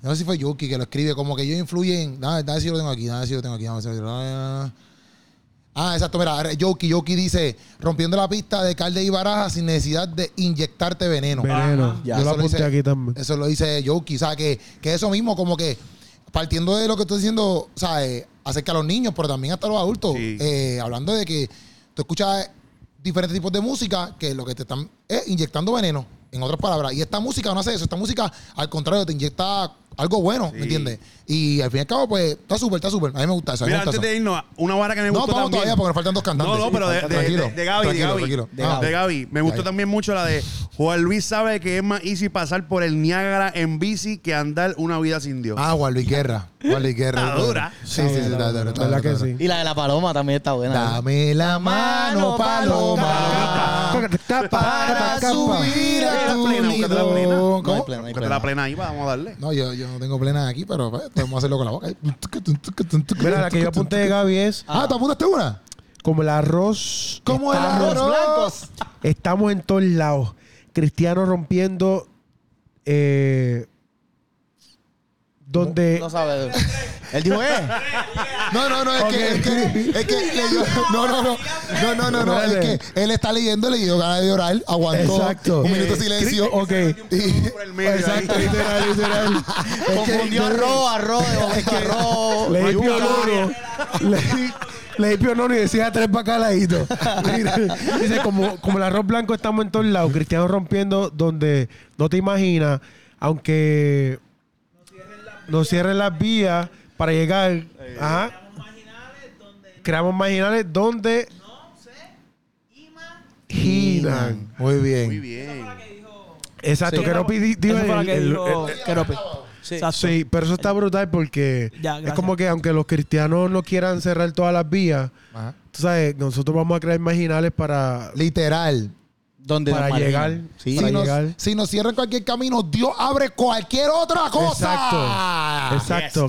E: No sé si fue Yoki que lo escribe, como que ellos influyen. Nada, nada si yo lo tengo aquí, nada si yo lo tengo aquí. nada, si yo lo tengo- Ah, exacto, mira, ahora Yoki, Yoki dice, rompiendo la pista de calde y baraja sin necesidad de inyectarte veneno.
C: Veneno.
B: ya.
C: Yo lo
E: Eso lo
C: apunté
E: hice-
C: aquí también.
D: Pues.
E: Eso lo dice Yoki, o sea, que, que eso mismo, como que partiendo de lo que estoy diciendo, o sea, eh, acerca a los niños, pero también hasta los adultos,
D: Sí.
E: eh, hablando de que tú escuchas diferentes tipos de música que lo que te están es inyectando veneno, en otras palabras. Y esta música no hace eso, esta música al contrario te inyecta algo bueno, ¿me
D: Sí.
E: entiendes? Y al fin y al cabo, pues está súper, está súper. A mí me gusta eso. a mí me
D: Mira,
E: gusta
D: antes
E: eso.
D: de irnos, una vara que me
E: no,
D: gustó
E: vamos
D: también.
E: todavía porque nos faltan dos cantantes.
D: no, no, pero de, de,
E: Tranquilo,
D: de- de Gaby, de
E: tranquilo,
D: Gaby.
E: tranquilo.
D: De,
E: Ah,
D: Gaby. Me gustó
E: Gaby.
D: también mucho la de Juan Luis sabe que es más easy pasar por el Niágara en bici que andar una vida sin Dios.
E: Ah, Juan Luis Guerra. Juan Luis Guerra.
D: Está dura.
E: Sí, sí, sí, está dura. está
C: ¿Verdad
E: dura,
C: que
E: está dura.
C: sí?
B: Y la de la paloma también está buena.
E: Dame la mano, paloma, para subir a tu
D: Búscate la plena, búscate la plena.
E: nido.
B: No hay
E: ¿Cómo?
B: plena, no hay
D: Porque te
B: plena.
D: la plena ahí, vamos a darle.
E: No, yo, yo no tengo plena aquí, pero pues, podemos hacerlo con la boca.
C: Mira, la que yo apunté de Gaby es
E: Ah, ¿tú apuntaste una?
C: como el arroz.
E: Como el
C: estamos-
E: arroz blancos.
C: Estamos en todos lados. Cristianos rompiendo. eh, donde.
B: No sabe. Él dijo, eh.
E: No, no, no, es que, es que, es que le dio- no, no, no, no, no, no, no, es que él está leyendo, le dio ganas de orar, aguantó
C: Exacto.
E: un minuto de
C: Sí,
E: silencio,
C: ok.
E: y,
D: Por el medio
C: Exacto,
D: ahí.
C: literal, literal. Es que
B: Confundió
C: yo-
B: arroz, arroz, es que arroz.
C: Leí
D: Ay,
C: Pionono. Leí, leí Pionono y decía tres bacalaitos. Mira, Dice, como, como el arroz blanco estamos en todos lados. Cristiano rompiendo donde no te imaginas, aunque nos cierren las vías para llegar. Ajá. Creamos marginales donde imaginan. Muy bien.
D: Muy bien.
C: Exacto,
A: Sí.
C: que no pidi- dijo
A: Eso fue lo
C: el-
A: que
C: el-
A: dijo
C: el-
A: Keropi.
B: Sí.
A: Exacto.
C: Sí, pero eso está brutal porque
A: Eh, Ya,
C: es
A: gracias.
C: como que aunque los cristianos no quieran cerrar todas las vías,
E: Ajá.
C: tú sabes, nosotros vamos a crear marginales para
E: Literal.
B: Donde
C: Para
B: nos marginan.
C: llegar.
B: Sí.
C: Para
E: si, nos,
C: llegar.
E: si nos cierran cualquier camino, Dios abre cualquier otra cosa. Ah.
C: Exacto. Exacto.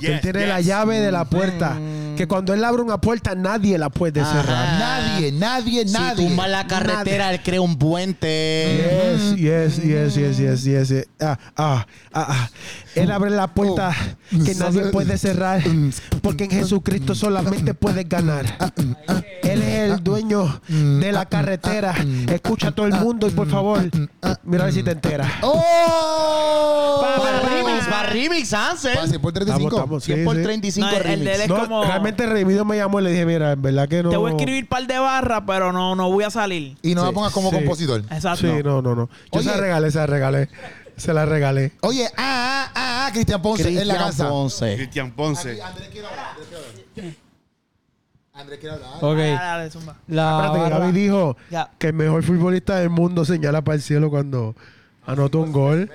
D: Yes,
C: que
D: yes,
C: él tiene la
D: yes.
C: llave de la puerta. Que cuando él abre una puerta, nadie la puede
B: Ajá.
C: cerrar.
E: Nadie, nadie,
B: Si
E: nadie.
B: tumba la carretera, él crea un puente.
C: Yes, yes, yes, yes, yes, yes, yes. Ah, ah, ah, ah. Él abre la puerta
A: Oh.
C: que nadie puede cerrar
A: Mm.
C: porque en Jesucristo solamente puedes ganar.
A: Ah,
C: Él es el dueño
A: Mm.
C: de la carretera.
A: ah,
C: Escucha a todo el mundo y por favor,
A: mm,
C: mira a ver si te enteras.
E: ¡Oh!
B: Para remix, para remix, Ansel.
E: Pase por 35.
C: Estamos, estamos,
B: 100
C: sí,
B: por
C: sí.
B: 35
A: No, el- el
B: remix.
A: de él es
C: No,
A: como-
C: Realmente Redimido me llamó y le dije, mira, en verdad que no.
A: Te voy a escribir par de barras, pero no, no voy a salir.
E: Y no la
C: Sí,
E: pongas como
C: sí.
E: compositor.
A: Exacto.
C: Sí, no, no, no. Yo se la
E: Oye.
C: regalé, se la regalé. Se la regalé.
E: Oye, ah, ah, ah, ah, Cristian Ponce en la
B: Cristian
E: casa.
B: Ponce.
D: Cristian Ponce.
E: Aquí, Andrés quiere hablar. Andrés quiere hablar. Andrés quiere hablar.
F: Ok.
A: Dale, dale, zumba.
F: La
C: Espérate, que
F: barra-
C: Gaby dijo
A: Ya.
C: que el mejor futbolista del mundo señala para el cielo cuando anotó un gol.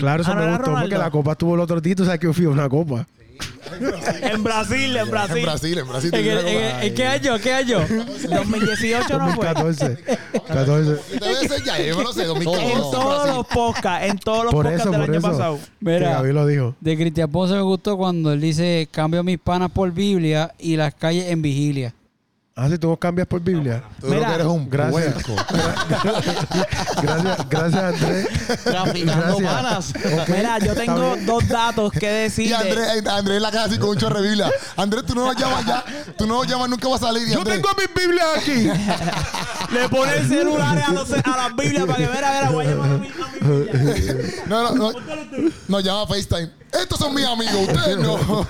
C: Claro, eso
A: Ah, ¿no
C: me
A: era
C: gustó porque
A: Ronaldo?
C: la copa tuvo el otro título, o sea que yo fui a una copa.
A: En Brasil, en Brasil.
E: En Brasil, en Brasil.
A: ¿En,
E: tiene
A: el-
E: una
A: en el-
E: copa.
A: en qué año? ¿Qué año? 2018 no fue.
C: 14. 14.
E: Yo te voy a decir este ya, yo me lo sé,
A: En
E: 2014.
A: todos
E: Brasil.
A: los podcasts, en todos los
C: Por
A: podcasts
C: eso,
A: del
C: por
A: año
C: eso.
A: pasado.
C: Que
F: Mira.
C: Gaby lo dijo.
F: De Cristian Ponce me gustó cuando él dice: Cambio mis panas por Biblia y las calles en vigilia.
C: Ah, si tú no cambias por Biblia.
E: Tú lo
A: Mira,
E: que eres un
C: gracias.
E: puerco.
C: Gracias, gracias Andrés.
B: Traficando
C: Gracias.
B: panas.
C: Ok,
A: Mira, yo
C: está
A: tengo
C: bien.
A: dos datos que
E: Y
A: decir.
E: Andrés, eh, Andrés en la casa así con un chorro de Biblia. Andrés, tú no nos llamas ya. Tú no nos llamas, nunca vas a salir. Y
C: Yo
E: Andrés,
C: tengo mis Biblias aquí.
A: Le ponen celulares a, los, a las Biblias para que vea, vea, voy a llamar a mi, a mi Biblia.
E: No, no, no. Nos llama FaceTime. Estos son mis amigos, ustedes no.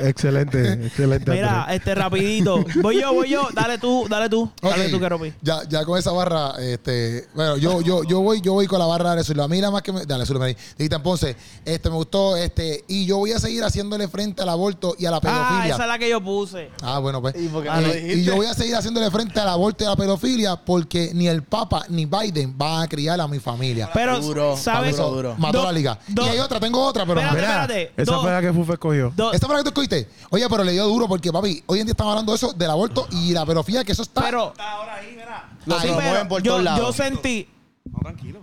C: excelente, excelente.
A: Mira,
C: Andrés.
A: este, rapidito. Voy yo, voy yo. Dale tú, dale tú. Dale
E: Ok.
A: tú, Keropi.
E: Ya, ya con esa barra, este, bueno, yo, yo, yo voy, yo voy con la barra de Zulma. A mí la más que me. Dale, Zulma ahí. Digitan Ponce, este me gustó, este, y yo voy a seguir haciéndole frente al aborto y a la
A: Ah,
E: pedofilia.
A: esa es la que yo puse.
E: Ah, bueno, pues.
B: ¿Y por qué
E: Eh,
B: no lo
E: y yo voy a seguir haciéndole frente al aborto y a la pedofilia porque ni el Papa ni Biden van a criar a mi familia.
A: Pero,
B: Duro,
A: ¿sabes?
B: duro, duro.
E: Mató
A: Do-
E: la liga.
A: do-
E: y hay otra, tengo otra, pero.
A: Espérate,
E: Mira,
A: espérate.
C: Esa
A: eh, Dos-
C: fue la que Fufe escogió.
A: dos-
E: Esta fue la que tú escogiste. Oye, pero le dio duro porque, papi, hoy en día estamos hablando de eso, del aborto y la pedofilia, que eso está.
A: pero
B: Lo
A: Sí,
B: promueven
A: pero
B: por
A: yo,
B: todos lados.
A: yo sentí.
D: No, tranquilo.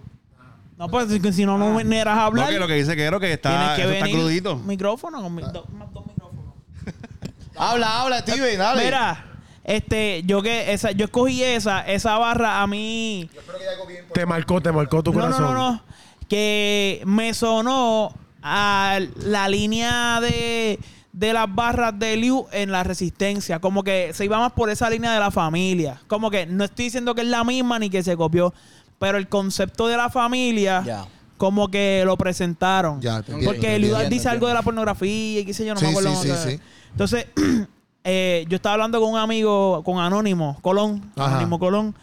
A: No, pues si- si no, no venieras a
D: Lo
A: hablar.
D: que, lo que dice Quero que
A: tienes
D: está,
A: que
D: eso
A: venir.
D: está crudito.
A: Micrófono con mi-
E: Ah.
A: dos- más dos micrófonos.
B: Habla, habla, Steven, dale.
A: Mira, este, yo que esa, yo escogí esa, esa barra a mí.
C: Te marcó, te marcó tu
A: No, no,
C: corazón.
A: no, no. Que me sonó a la línea de, de las barras de Liu en la resistencia. Como que se iba más por esa línea de la familia. Como que no estoy diciendo que es la misma ni que se copió. Pero el concepto de la familia,
B: Ya.
A: como que lo presentaron.
E: Ya, te entiendo,
A: Porque
E: te
A: Liu
E: entiendo,
A: dice
B: entiendo.
A: algo de la pornografía y qué sé yo, no
E: Sí,
A: me acuerdo.
E: sí,
A: cómo
E: sí,
A: se-
E: sí.
A: Entonces, eh, yo estaba hablando con un amigo, con Anónimo, Colón.
E: Ajá.
A: Anónimo Colón.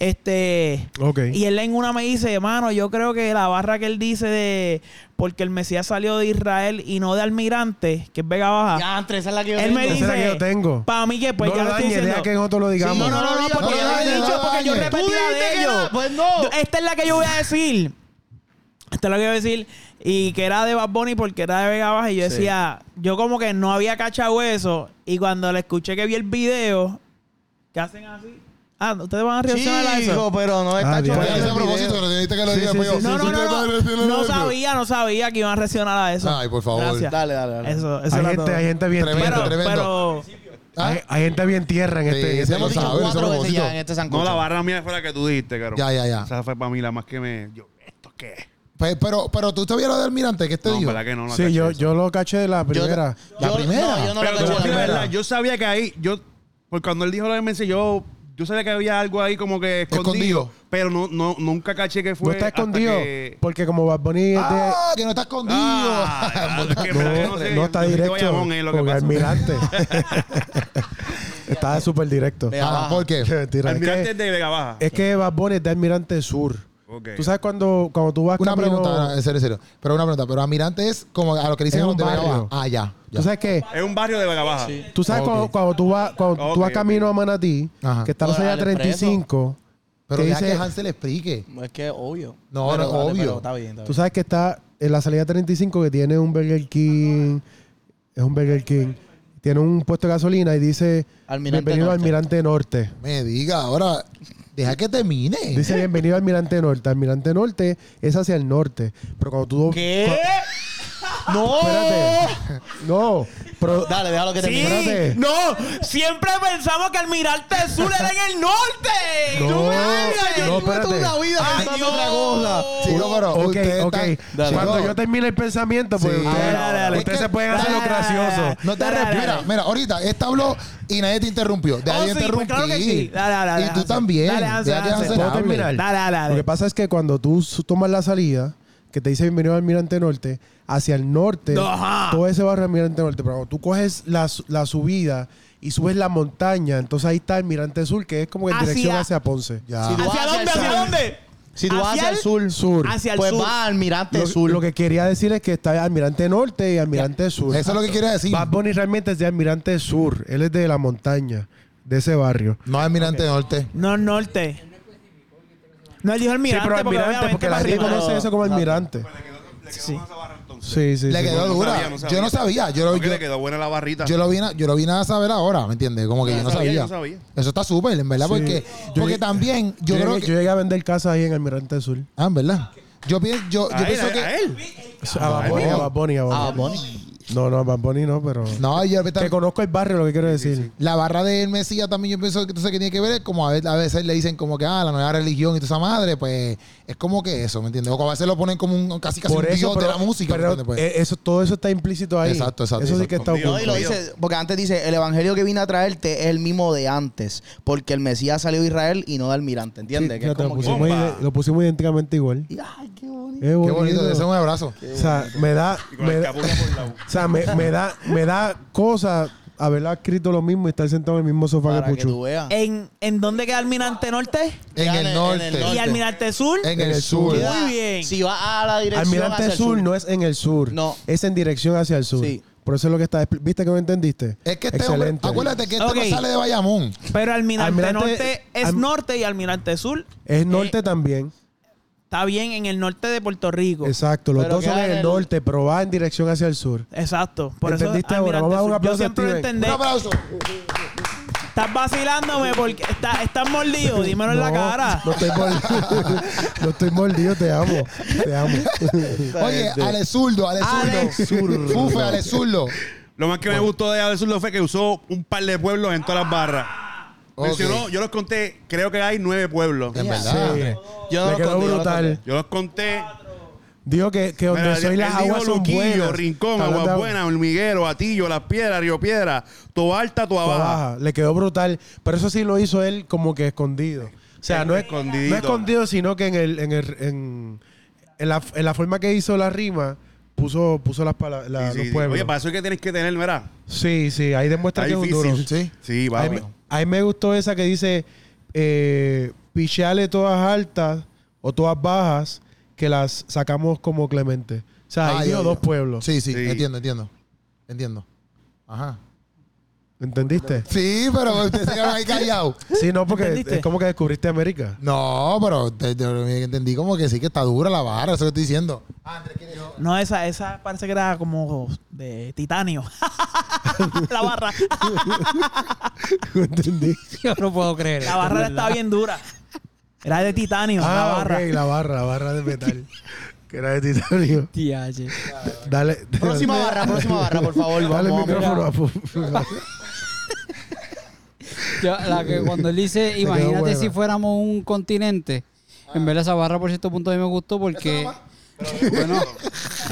A: Este.
C: Ok.
A: Y él en una me dice, hermano, yo creo que la barra que él dice de porque el Mesías salió de Israel y no de Almirante, que es Vega Baja.
B: Ya, Andrés, esa es la que yo
A: él me
B: tengo.
C: Esa es la que
A: dice,
C: yo tengo.
A: para mí que pues
C: no
A: ya
C: lo
A: lo estoy
C: dañe, deja
A: diciendo.
C: que nosotros lo digamos.
A: no, no, no, no,
B: No lo
A: porque
E: digas, no
A: ya
E: lo
A: lo he dicho,
E: dañes.
A: porque yo
E: Tú
A: repetí la
B: dijiste que
A: de ellos.
B: no, pues no.
A: Yo- Esta es la que yo voy a decir. Esta es la que voy a decir. Y que era de Bad Bunny porque era de Vega Baja. Y yo
B: Sí.
A: decía, yo como que no había cachado eso. Y cuando le escuché que vi el video, que hacen así. Ah, ustedes van a reaccionar a eso.
B: Chico, pero no está
C: Ah, bien.
E: Pero
C: Pues,
E: lo hice a
B: choteando. el
E: propósito,
B: video.
E: pero teniste que lo
C: Sí,
E: diga,
C: sí,
E: pues,
C: sí,
E: yo,
A: No, no,
E: si te
A: no,
E: parece,
A: no. No
E: lo-
A: sabía, no sabía que iban a reaccionar a eso.
E: Ay, por favor.
A: Gracias.
B: Dale, dale, dale.
A: Eso, eso
C: hay,
A: era
C: gente,
A: todo.
C: hay gente bien
E: Tremendo,
C: tierra.
A: pero,
E: tremendo.
A: pero
E: Ah,
C: Hay, hay gente bien tierra en
E: Sí,
C: este. en este
E: ya hemos
B: Hemos
E: Lo
B: dicho
E: sabe, eso
B: cuatro
E: lo
B: veces ya
E: conozco.
B: en este sancocho.
D: No, la barra mía fue la que tú diste, Quero.
E: Ya, ya, ya.
D: Esa fue para mí la más que me... Yo, ¿Esto qué es?
E: Pe- pero, pero tú sabías lo de Almirante, ¿qué te
D: No, en
E: digo?
D: verdad que no. no
C: sí,
D: caché
C: yo,
D: eso.
C: yo lo caché de la
B: Yo-
C: primera.
E: La
B: yo-
E: primera.
B: No, yo
D: Pero te voy
B: no la
D: a
B: caché.
D: decir la
E: primera.
D: verdad, yo sabía que ahí, yo, porque cuando él dijo lo de Messi, yo, yo sabía que había algo ahí como que escondido,
E: Escondido.
D: pero no, no, nunca caché que fue.
C: no está
D: hasta
C: escondido.
D: que-
C: Porque como Bad Bunny es de-
E: Ah, que no está escondido.
D: Ah, es que en verdad que
C: no,
D: sé,
C: no está
D: yo sé que
C: directo
D: Bayamón es lo que
C: con
D: pasa.
C: Almirante. está súper directo.
B: Vea.
E: Ah, ¿Por qué?
C: Qué mentira. Es
D: Almirante es
C: que,
D: de Vega Baja.
C: es que Bad Bunny es de Almirante Sur.
D: Ok.
C: Tú sabes cuando, cuando tú vas
E: Una
C: camino-
E: pregunta, en serio, en serio. Pero una pregunta, pero Almirante es como a lo que le dicen
C: Es
E: a los
C: un
E: de Vega
C: barrio.
E: Baja. Ah, ya. ya.
C: Tú sabes que
D: Es un barrio de Vega Baja.
C: Tú sabes
E: Ok.
C: cuando, cuando tú vas, cuando tú
D: Ok,
C: vas
D: ok.
C: camino a Manatí,
E: Ajá.
C: que está la
B: Ahora,
C: salida
B: al expreso.
C: 35,
E: Pero
C: ¿Qué
E: deja
C: dice?
E: que Hansel explique.
B: Es que obvio.
E: No, no, obvio.
B: pero está bien, está
C: Tú
B: bien.
C: sabes que está en la salida 35 que tiene un Burger King. Es un Burger King. Tiene un puesto de gasolina y dice
B: Almirante
C: Bienvenido
B: Norte.
C: Almirante Norte.
E: Me diga ahora, deja que termine.
C: Dice Bienvenido Almirante Norte. Almirante Norte es hacia el norte. Pero cuando tú.
B: ¿Qué? ¡No!
C: Espérate. No. Pero,
B: Dale, déjalo que
A: Sí,
B: termine.
C: Espérate.
A: no, siempre pensamos que Almirante Sur era en el norte.
C: No,
A: Tú me hablas, yo
C: no,
A: tuve
C: espérate.
A: toda una vida
B: Ay,
A: pensando
B: Dios.
A: otra cosa.
E: Chico, pero
C: ok,
E: ustedes
C: ok.
E: están-
B: Dale.
C: Cuando
E: Chico,
C: yo termine el pensamiento, pues
E: Sí.
C: ustedes,
E: Dale, dale, dale.
C: ustedes
E: Es que-
C: se pueden hacer lo
A: dale, dale, dale.
C: gracioso.
E: No te
A: Dale, dale,
E: respira.
A: dale.
E: Mira, ahorita, esta habló y nadie te interrumpió. De
A: Oh,
E: ahí
A: sí, pues
E: interrumpí.
A: claro que sí. Dale, dale, dale,
E: y tú
A: Hansel.
E: también.
A: Dale, Hansel,
E: Deja que
A: Hansel.
E: Hansel
C: ¿Puedo
E: hable.
C: terminar?
A: Dale, dale, dale.
C: Lo que pasa es que cuando tú su- tomas la salida, que te dice bienvenido al Almirante Norte, hacia el norte,
A: Ajá.
C: todo ese barrio es Almirante Norte. Pero cuando tú coges la, su- la subida y subes la montaña, entonces ahí está Almirante Sur, que es como en
A: Hacia-
C: dirección hacia Ponce.
E: Ya.
B: Si tú
A: ¿Hacia
B: vas
A: dónde?
B: el
A: ¿Hacia
B: sur,
A: dónde?
B: Si tú vas hacia el sur,
C: Sur.
A: Hacia el
B: pues
A: sur.
B: va a Almirante
C: Lo,
B: Sur.
C: lo que quería decir es que está Almirante Norte y Almirante Sur.
E: Eso es lo que quiere decir.
C: Bad Bunny realmente es de Almirante Sur. Él es de la montaña, de ese barrio.
E: No, Almirante Norte.
A: No, norte. No, él dijo
C: Sí,
A: Almirante.
C: pero Almirante,
A: obviamente
C: porque la
A: para
C: gente
A: arriba.
C: conoce eso como Almirante.
D: Le quedó, le quedó
A: Sí.
D: buena esa barra entonces.
C: Sí, sí,
E: Le
C: sí.
E: quedó
D: No
E: dura.
D: sabía, no sabía.
E: Yo no sabía. Yo,
D: Creo
E: lo-
D: que le
E: yo,
D: quedó buena la barrita.
E: yo lo vi, na- yo lo vi nada saber ahora, ¿me entiendes? Como que
D: No
E: yo no
D: sabía,
E: sabía.
D: no sabía.
E: Eso está súper, en verdad,
C: Sí.
E: porque,
C: Yo
E: porque
C: llegué-
E: también
C: Yo,
E: yo, creo
C: llegué,
E: que.
C: yo llegué a vender casas ahí en Almirante Sur.
E: ah, en verdad. Yo, pien- yo, yo
D: a, él,
E: pienso
D: a-
E: que.
D: a él.
C: A Bad Bunny, a Bad Bunny, a Bad
B: Ah,
C: Bunny.
B: Bonnie.
C: No, no, a Bad Bunny no, pero...
E: No, yo
C: Que conozco el barrio, lo que quiero decir.
E: La barra del Mesías también yo pienso que, entonces, que tiene que ver es como a veces, a veces le dicen como que ah, la nueva religión y toda esa madre, pues es como que eso, ¿me entiendes? O que a veces lo ponen como un casi casi un dios de la música. ¿me
C: pero
E: entiendes? Pues,
C: eh, eso, todo eso está implícito ahí.
E: Exacto, exacto,
C: Eso sí que está
D: exacto.
B: No, y
C: oculto.
B: lo dice, porque antes dice, el evangelio que vine a traerte es el mismo de antes, porque el Mesías salió de Israel y no de Almirante,
C: Sí,
B: ¿entiendes? que es
C: fíjate, lo,
B: como que-
C: pusimos,
D: Bomba.
C: ide- lo pusimos idénticamente igual.
B: Ay, qué bonito.
C: Qué
E: qué
C: bonito.
E: bonito, te deseo un abrazo.
C: O sea, me da...
D: Y con
C: Me
D: el
C: da
D: capullo por la boca.
C: o sea, me, me da, me da cosa haberla escrito lo mismo y estar sentado en el mismo sofá
B: Para
C: que
B: que tú
C: Puchu.
B: veas.
A: ¿En, ¿En dónde queda Almirante Norte?
E: En
B: Ya en
E: el,
B: el-
E: norte,
B: en
E: en
B: el
E: el,
A: ¿Y
B: norte.
A: Almirante Sur?
C: En el sur.
B: Queda-
A: Muy bien.
B: Si vas a la dirección
C: Almirante
B: hacia el
C: sur,
B: sur,
C: no es en el sur.
B: No.
C: Es en dirección hacia el sur.
B: Sí.
C: Por eso es lo que está... expli- ¿Viste que no entendiste?
E: Es que este hombre,
C: Excelente.
E: acuérdate que este
A: Ok.
E: no sale de Bayamón.
A: Pero Almirante,
C: Almirante-
A: Norte es
C: Alm-
A: norte y Almirante Sur
C: Es
D: Eh,
C: norte también.
A: está bien en el norte de Puerto Rico.
C: Exacto, los
B: Pero
C: dos son
B: queda
C: en
B: en
C: el
B: el-
C: norte, pero va en dirección hacia el sur.
A: Exacto. Por
C: ¿Entendiste
A: eso,
C: ahora? Vamos a
A: Almirante
C: dar un
A: Sur.
C: aplauso
A: Yo
C: a
A: siempre lo
C: Steven.
E: Un
A: entendí.
E: aplauso.
A: Estás vacilándome porque está- estás mordido. Dímelo en la
C: No,
A: cara.
C: No estoy mordido, no estoy mordido, te amo. Te amo.
E: Oye, Ale Zurdo, Ale
A: Alex
E: Zurdo. Fufe, Ale Zurdo.
D: Lo más que me gustó de Abel Zurdo fue que usó un par de pueblos en todas las barras.
E: Ok.
D: Mencionó, yo los conté, creo que hay nueve pueblos.
E: En
C: Sí.
E: verdad.
B: Yo no
C: Me
B: lo conté, yo
C: quedó
B: no lo
C: brutal.
D: Yo los conté.
C: Digo que, que donde
D: Mira,
C: soy
D: él
C: las
D: dijo
C: aguas son
D: Luquillo,
C: buenas.
D: Rincón,
C: Está hablando de
D: Aguas
C: agua-
D: Buenas, Hormiguero, Atillo, Las Piedras, Río Piedra, Toa Alta, Toa
C: agua
D: Baja.
C: baja. Le quedó brutal. Pero eso sí lo hizo él como que escondido. O sea, no es
D: Escondidito.
C: no escondido, sino que en el, en el- en, en la, en la forma que hizo la rima, puso, puso las palabras,
D: Sí, sí,
C: los
D: sí.
C: pueblos.
D: Oye, para eso es que tienes que tener, ¿verdad?
C: sí, sí, ahí demuestra
D: Está
C: que es un
D: difícil.
C: duro.
E: Sí.
D: Sí, va.
C: A mí,
D: güey.
C: a mí me gustó esa que dice eh, pichale todas altas o todas bajas que las sacamos como Clemente. O sea, ahí
E: Ay,
C: dijo
E: ay,
C: dos
E: ay.
C: pueblos.
E: Ah, Sí, sí,
D: Sí.
E: entiendo, entiendo. Entiendo. Ajá.
C: ¿Entendiste?
E: Sí, pero ustedes se quedaron ahí callados.
C: Sí, no, porque
A: ¿Entendiste?
C: es como que descubriste América.
E: No, pero te- te- entendí como que sí que está dura la barra, eso que estoy diciendo.
A: No, esa, esa parece que era como de titanio. la barra.
C: No entendí.
F: Yo no puedo creer.
A: La barra
F: está
A: está bien dura. Era de titanio, la
C: Ah,
A: barra.
C: ok, la barra, la barra de metal. que era de titanio. Dale.
B: Próxima barra, próxima barra, por favor.
C: Dale el
B: vamos,
C: micrófono a Fu-
F: la que cuando él dice,
C: quedó
F: imagínate
C: buena.
F: si fuéramos un continente. En verdad esa barra por cierto punto a mí me gustó porque... Bueno,
B: mira.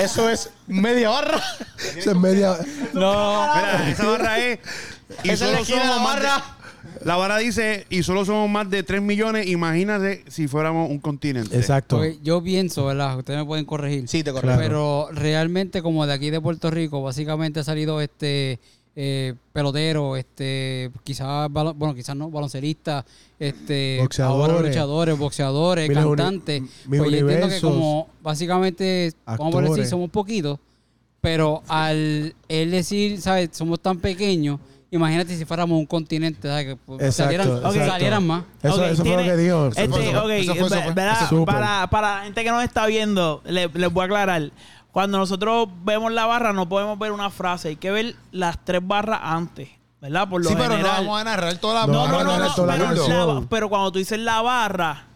B: Eso es media barra.
C: Esa es media.
F: no.
D: Mira, esa barra es. Y
B: Esa es la
D: solo
B: esquina de
D: somos
B: la
D: más de-
B: barra.
D: la barra dice, y solo somos más de 3 millones. Imagínate si fuéramos un continente.
C: Exacto.
F: Porque yo pienso, ¿verdad? Ustedes me pueden corregir.
B: Sí, te corrijo.
C: Claro.
F: Pero realmente, como de aquí de Puerto Rico, básicamente ha salido este eh, pelotero, este, quizás, balo- bueno, quizás no, balonceristas, este,
C: Boxeadores.
F: ahora luchadores, boxeadores,
C: Miles uni-
F: cantantes.
C: mis
F: Pues yo entiendo que
C: universos.
F: como básicamente, vamos a decir,
C: Actores.
F: somos poquitos, pero al él decir, ¿sabes? Somos tan pequeños Imagínate si fuéramos un continente, ¿sabes? Que pues,
C: Exacto,
F: salieran,
C: exacto.
F: salieran más.
C: Eso,
A: Ok,
C: eso fue lo
A: tiene-
C: que dijo.
A: Este,
E: fue, eso
A: ok,
E: fue, eso fue, eso
A: ve-
E: fue.
A: verá,
C: Súper.
A: para, para la gente que nos está viendo, le- les voy a aclarar. Cuando nosotros vemos la barra, no podemos ver una frase. Hay que ver las tres barras antes, ¿verdad? Por lo
E: Sí, pero no
A: general.
E: vamos a narrar toda la
C: No,
A: No, no,
E: barra,
C: Ahora
A: no,
C: no
A: no,
C: eres tú la
A: pero,
C: canción.
A: la- pero cuando tú dices la barra,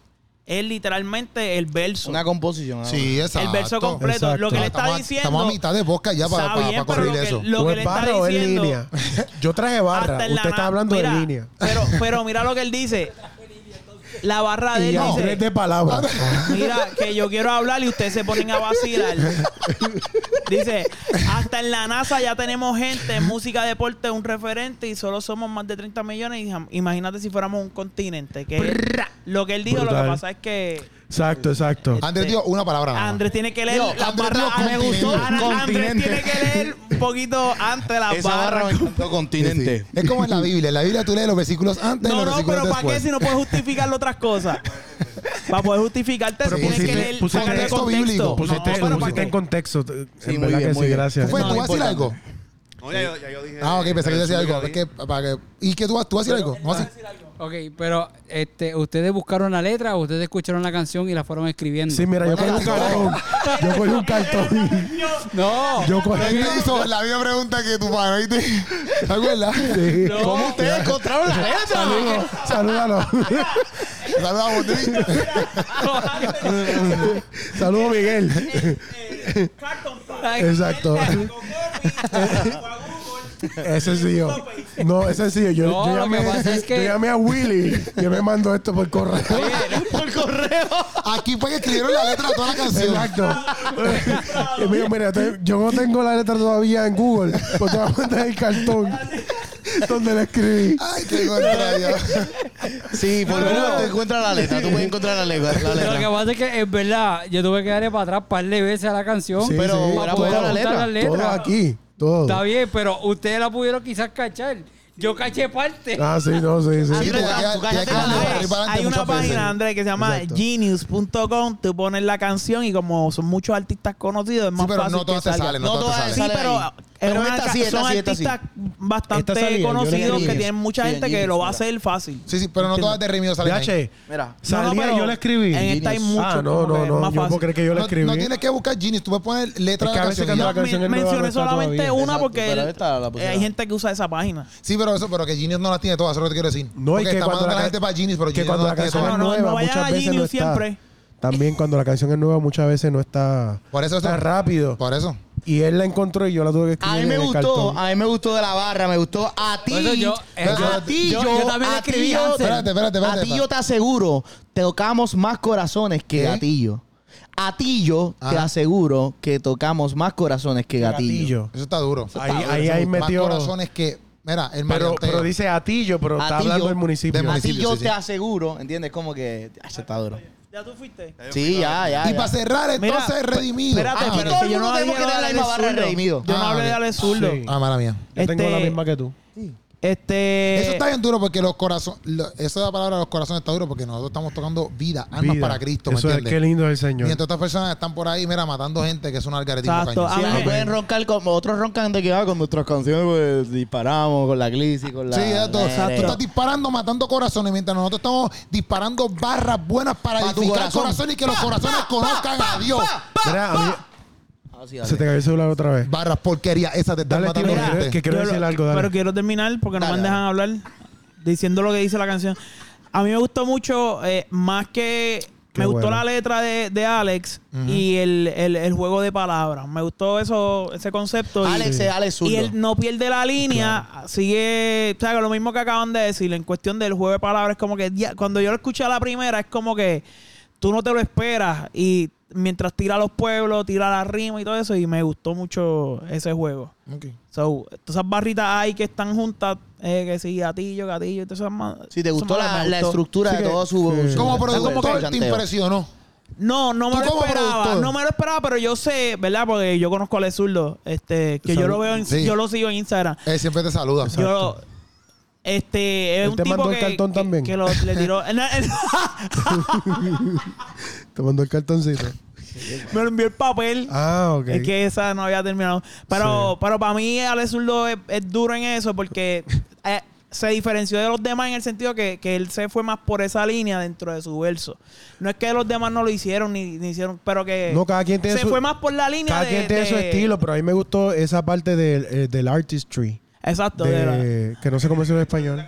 A: es literalmente el verso.
B: Una composición. ahora.
E: Sí, exacto.
A: el verso completo.
C: Exacto.
A: Lo que le está
E: Estamos a-
A: diciendo.
E: Estamos a mitad de bosca ya para,
A: está
E: para,
A: bien,
E: para corregir
A: pero
E: eso.
A: lo que, lo
C: ¿O
A: que
C: es
A: le
C: barra
A: está
C: o es
A: diciendo.
C: línea? Yo traje barra.
A: hasta en
C: Usted
A: la
C: está
A: na-
C: hablando
A: mira,
C: de línea.
A: Pero, pero mira lo que él dice. La barra de
C: Y
A: él
C: a
A: dice.
C: tres de palabras.
A: Mira, que yo quiero hablar y ustedes se ponen a vacilar. Dice, hasta en la NASA ya tenemos gente, en música, deporte, un referente y solo somos más de 30 millones. Y jam- Imagínate si fuéramos un continente. Que lo que él dijo, lo
C: Brutal.
A: que pasa es que
C: Exacto, exacto.
E: Andrés dijo una palabra.
C: Ah.
E: nada más.
A: Andrés tiene que leer
E: Digo,
A: las
E: Andrés dijo continente.
A: barras. antes. Ana- Andrés
B: Continente.
A: tiene que leer un poquito antes las
B: Esa barra me
A: barras.
B: encantó, continente.
E: Es como en la Biblia. En la Biblia tú lees los versículos antes y los
A: No, no,
E: versículos
A: pero ¿para qué
E: después.
A: si no puedes justificar otras cosas? Para poder justificarte,
C: Pero
A: tienes
C: pusiste-
A: que leer
C: pusiste-
A: sacarle
E: Contexto
A: contexto.
E: bíblico.
A: No,
C: Pusiste,
A: pero
C: lo
A: ¿para
C: pusiste
A: qué?
C: en contexto. Eh, En
B: Sí, muy
C: verdad
B: bien,
C: que
B: muy
C: sí,
B: bien.
C: gracias.
E: Fue,
B: No,
E: ¿Tú vas a decir
B: importante.
E: algo?
D: No, ya, yo- ya yo dije.
E: Ah, ok, pensé que iba a decir
D: Yo
E: algo. Es
D: dije.
E: que, para que, ¿Y qué tú vas, tú vas a decir algo? ¿No vas a decir?
F: Ok, pero este, ¿ustedes buscaron la letra o ustedes escucharon la canción y la fueron escribiendo?
C: Sí, mira, yo cogí un cartón. Yo cogí un cartón.
F: No.
C: Yo cogí
E: ¿Qué hizo la misma pregunta que tu padre? ¿viste? ¿Te acuerdas?
C: Sí.
B: ¿Cómo ustedes encontraron la letra?
C: Salúdalo.
E: Saludamos, ¿viste?
C: Saludos, Miguel.
A: eh,
C: Exacto. Es sencillo. No, es sencillo. Yo,
F: No,
C: yo
F: lo que
C: llamé,
F: pasa es que-
C: yo llamé a Willy que me mandó esto por correo.
B: Por correo.
E: Aquí fue que escribieron la letra de toda la canción.
C: Exacto. y me dijo, Eh, mira, te- yo no tengo la letra todavía en Google, pues te voy a mandar el cartón donde la escribí.
E: Ay, qué contra Dios.
B: Sí, por Google te encuentras la letra. Tú puedes encontrar la letra. La
F: Lo que
B: letra.
F: pasa es que es verdad, yo tuve que darle para atrás un par de veces a la canción.
C: Sí,
B: pero
C: sí,
B: para
C: todo,
B: poner la letra.
F: Juntar las letras.
C: todo aquí, todo.
F: Está bien, pero ustedes la pudieron quizás cachar. Yo caché parte.
C: Ah, sí, no, sí, sí.
E: Sí,
B: tú
E: te
B: cállate,
E: queda-
B: tú
E: te
B: cállate la
E: queda de
B: boca.
E: arriba para adelante
A: Hay una
E: muchas veces.
A: página, Andrés, que se llama
C: Exacto.
A: genius.com. Tú pones la canción y como son muchos artistas conocidos, es más
E: Sí, pero
A: fácil
E: no
A: que
E: todas te
A: salga.
E: salen,
B: No
E: no todas te
B: todas
A: Sí,
E: salen.
B: sale
A: pero,
B: ahí.
A: es
B: Pero
A: una
B: esta
A: ca-
B: sí, esta
A: son
B: sí, esta sí.
A: artistas bastante
C: Esta salía, yo la
A: conocidos
C: escribí.
A: que tienen mucha
B: Sí,
A: gente
B: en
A: que lo va a
B: Genius,
A: hacer fácil.
E: Sí, sí, pero no todas de Rimido salen ahí.
C: DH,
B: Mira.
A: No, no,
C: salía
A: pero
C: yo la escribí.
A: En esta hay mucho,
C: ah, no,
A: como que
C: no,
A: es
C: no.
A: más
C: Yo puedo
A: fácil.
C: creer que yo la
E: No,
C: escribí.
E: no tienes que buscar Genius, tú puedes poner letra
C: Es
E: de
C: que a
E: la
C: veces
E: canción.
C: cuando
E: y
C: la
E: ya.
A: Men-
C: canción es nueva, no
A: mencioné
C: está
A: solamente
C: todavía.
A: una
B: Exacto,
A: porque
B: pero
A: el-
B: esta la pusieron.
A: hay gente que usa esa página.
E: Sí, pero eso, pero que Genius no las tiene todas, eso es lo que te quiero decir.
C: No, y
E: Porque
C: que
E: está
C: cuando
E: mandando
C: la
E: la
C: ca-
E: gente para Genius, pero
C: que
E: Genius
C: cuando
E: no
C: la
E: las tiene
C: canción
A: No,
C: es
E: todas.
A: no,
C: nueva,
A: no vayan
C: muchas
A: a
C: veces no
A: Genius
C: está.
A: siempre.
C: También cuando la canción es nueva, muchas veces no está
E: Por eso,
C: tan
E: eso.
C: rápido.
E: Por eso.
C: Y él la encontró y yo la tuve que escribir
B: A mí
C: en
B: me
C: el
B: gustó,
C: cartón.
B: a mí me gustó de la barra, me gustó a ti.
F: Por eso yo-
B: a
E: yo-
B: ti yo,
F: yo- yo también
B: a
F: escribí
B: ti yo-
F: Hansel.
E: Espérate, espérate, espérate.
B: A ti yo te aseguro, tocamos más corazones que
E: ¿Qué? Ah.
B: gatillo. A ti yo te
E: Ajá.
B: aseguro que tocamos más corazones que gatillo.
E: Eso está duro.
C: Ahí-
E: Está duro,
C: ahí-
E: eso
C: ahí
E: es duro.
C: metió-
E: Más corazones que... Mira,
C: Pero,
E: el marianteo.
C: pero dice Atillo, pero está
B: Atillo,
C: hablando del municipio.
E: de
B: A ti
E: Municipio,
B: yo
E: sí,
B: te
E: sí.
B: aseguro, ¿entiendes? Como que ah, eso está duro.
A: ¿Ya tú fuiste?
B: Sí, ya, ya.
E: Y
B: ya.
E: para cerrar, entonces, Redimido.
A: pues, Espérate,
E: ah,
B: Aquí
A: pero
B: todo
A: es
B: el
A: que yo
B: mundo
A: no
B: tenemos que
A: había
B: tener la
A: hablado
B: misma
A: de
B: barra de
A: Zurdo.
B: redimido.
A: Yo no
E: Ah,
A: hablé de
E: ok.
A: Ale Zurdo.
C: Sí.
E: Ah, mala mía.
C: Yo tengo la
A: Este-
C: misma que tú.
A: Este.
E: Eso está bien duro porque los corazones, eso de la palabra los corazones está duro porque nosotros estamos tocando vida, almas
C: Vida.
E: para Cristo, ¿me
C: Eso es,
E: entiendes?
C: qué lindo es el Señor.
E: Mientras otras personas están por ahí, mira, matando gente que es un algaretismo
A: Exacto.
E: cañón.
A: Ah,
B: Sí,
A: a mí
B: ahí
A: me-
B: pueden roncar como otros roncan de que ah, con nuestras canciones pues, disparamos con la glis y con la.
E: Sí, exacto.
A: Exacto.
E: Tú estás disparando, matando corazones, mientras nosotros estamos disparando barras buenas para
B: Pa' tu
E: edificar
B: corazón.
E: corazones y que los corazones conozcan a Dios.
C: Mira, a mí-
B: Ah, sí,
C: se
B: dale.
C: te cayó el celular otra vez.
E: Barras porquerías, esas te están
C: Dale, tío,
E: matando
C: que quiero-
E: gente.
C: que quiero
A: Yo lo-
C: decir algo. Dale.
A: Pero quiero terminar porque no
E: Dale,
A: me dejan hablar diciendo lo que dice la canción. A mí me gustó mucho, eh, más que.
C: Qué
A: me gustó
C: bueno.
A: la letra de, de Alex y el, el- el juego de palabras. Me gustó eso ese concepto. y-
B: Alex es Alex
A: y
B: Zurdo.
A: él no pierde la línea, sigue, o sea, lo mismo que acaban de decir, en cuestión del juego de palabras, como que ya- cuando yo lo escuché a la primera, es como que tú no te lo esperas y mientras tira a los pueblos, tira la rima y todo eso, y me gustó mucho ese juego.
E: Ok.
A: So, todas esas barritas ahí que están juntas, eh, que sí, gatillo, gatillo, y todas esas ma-
B: Si te
A: esas
B: gustó
A: madres
B: la,
A: me
B: la
A: gustó.
B: estructura
C: Sí
B: de
C: que-
B: todo su.
C: sí.
B: su-
E: Como
B: su-
E: productor
B: su-
E: te
B: chanteo.
E: impresionó.
A: No, no me
E: ¿Tú
A: lo
E: como
A: esperaba.
E: productor?
A: No me lo esperaba, pero yo sé, ¿verdad? Porque yo conozco a Ale Zurdo, este, que yo
C: Salud.
A: lo veo en,
E: Sí.
A: yo lo sigo en Instagram.
E: Él siempre te saluda.
A: Yo, este, es
C: Él
A: un
C: te
A: tipo
C: mandó el
A: que,
C: cartón
A: que-
C: también.
A: que lo, le tiró. él- él-
C: Te mandó el cartoncito.
A: me lo envió el papel.
C: Ah, ok.
A: Es que esa no había terminado. Pero,
C: Sí.
A: pero para mí, Ale Zurdo es, es duro en eso porque eh, se diferenció de los demás en el sentido que, que él se fue más por esa línea dentro de su verso. No es que los demás no lo hicieron ni, ni hicieron, pero que
C: No, cada quien tiene
A: se
C: su-
A: fue más por la línea
C: Cada
A: de-
C: quien tiene su
A: de-
C: estilo, pero a mí me gustó esa parte del, eh, del artistry.
A: Exacto. de la-
C: de- que no sé cómo es en español.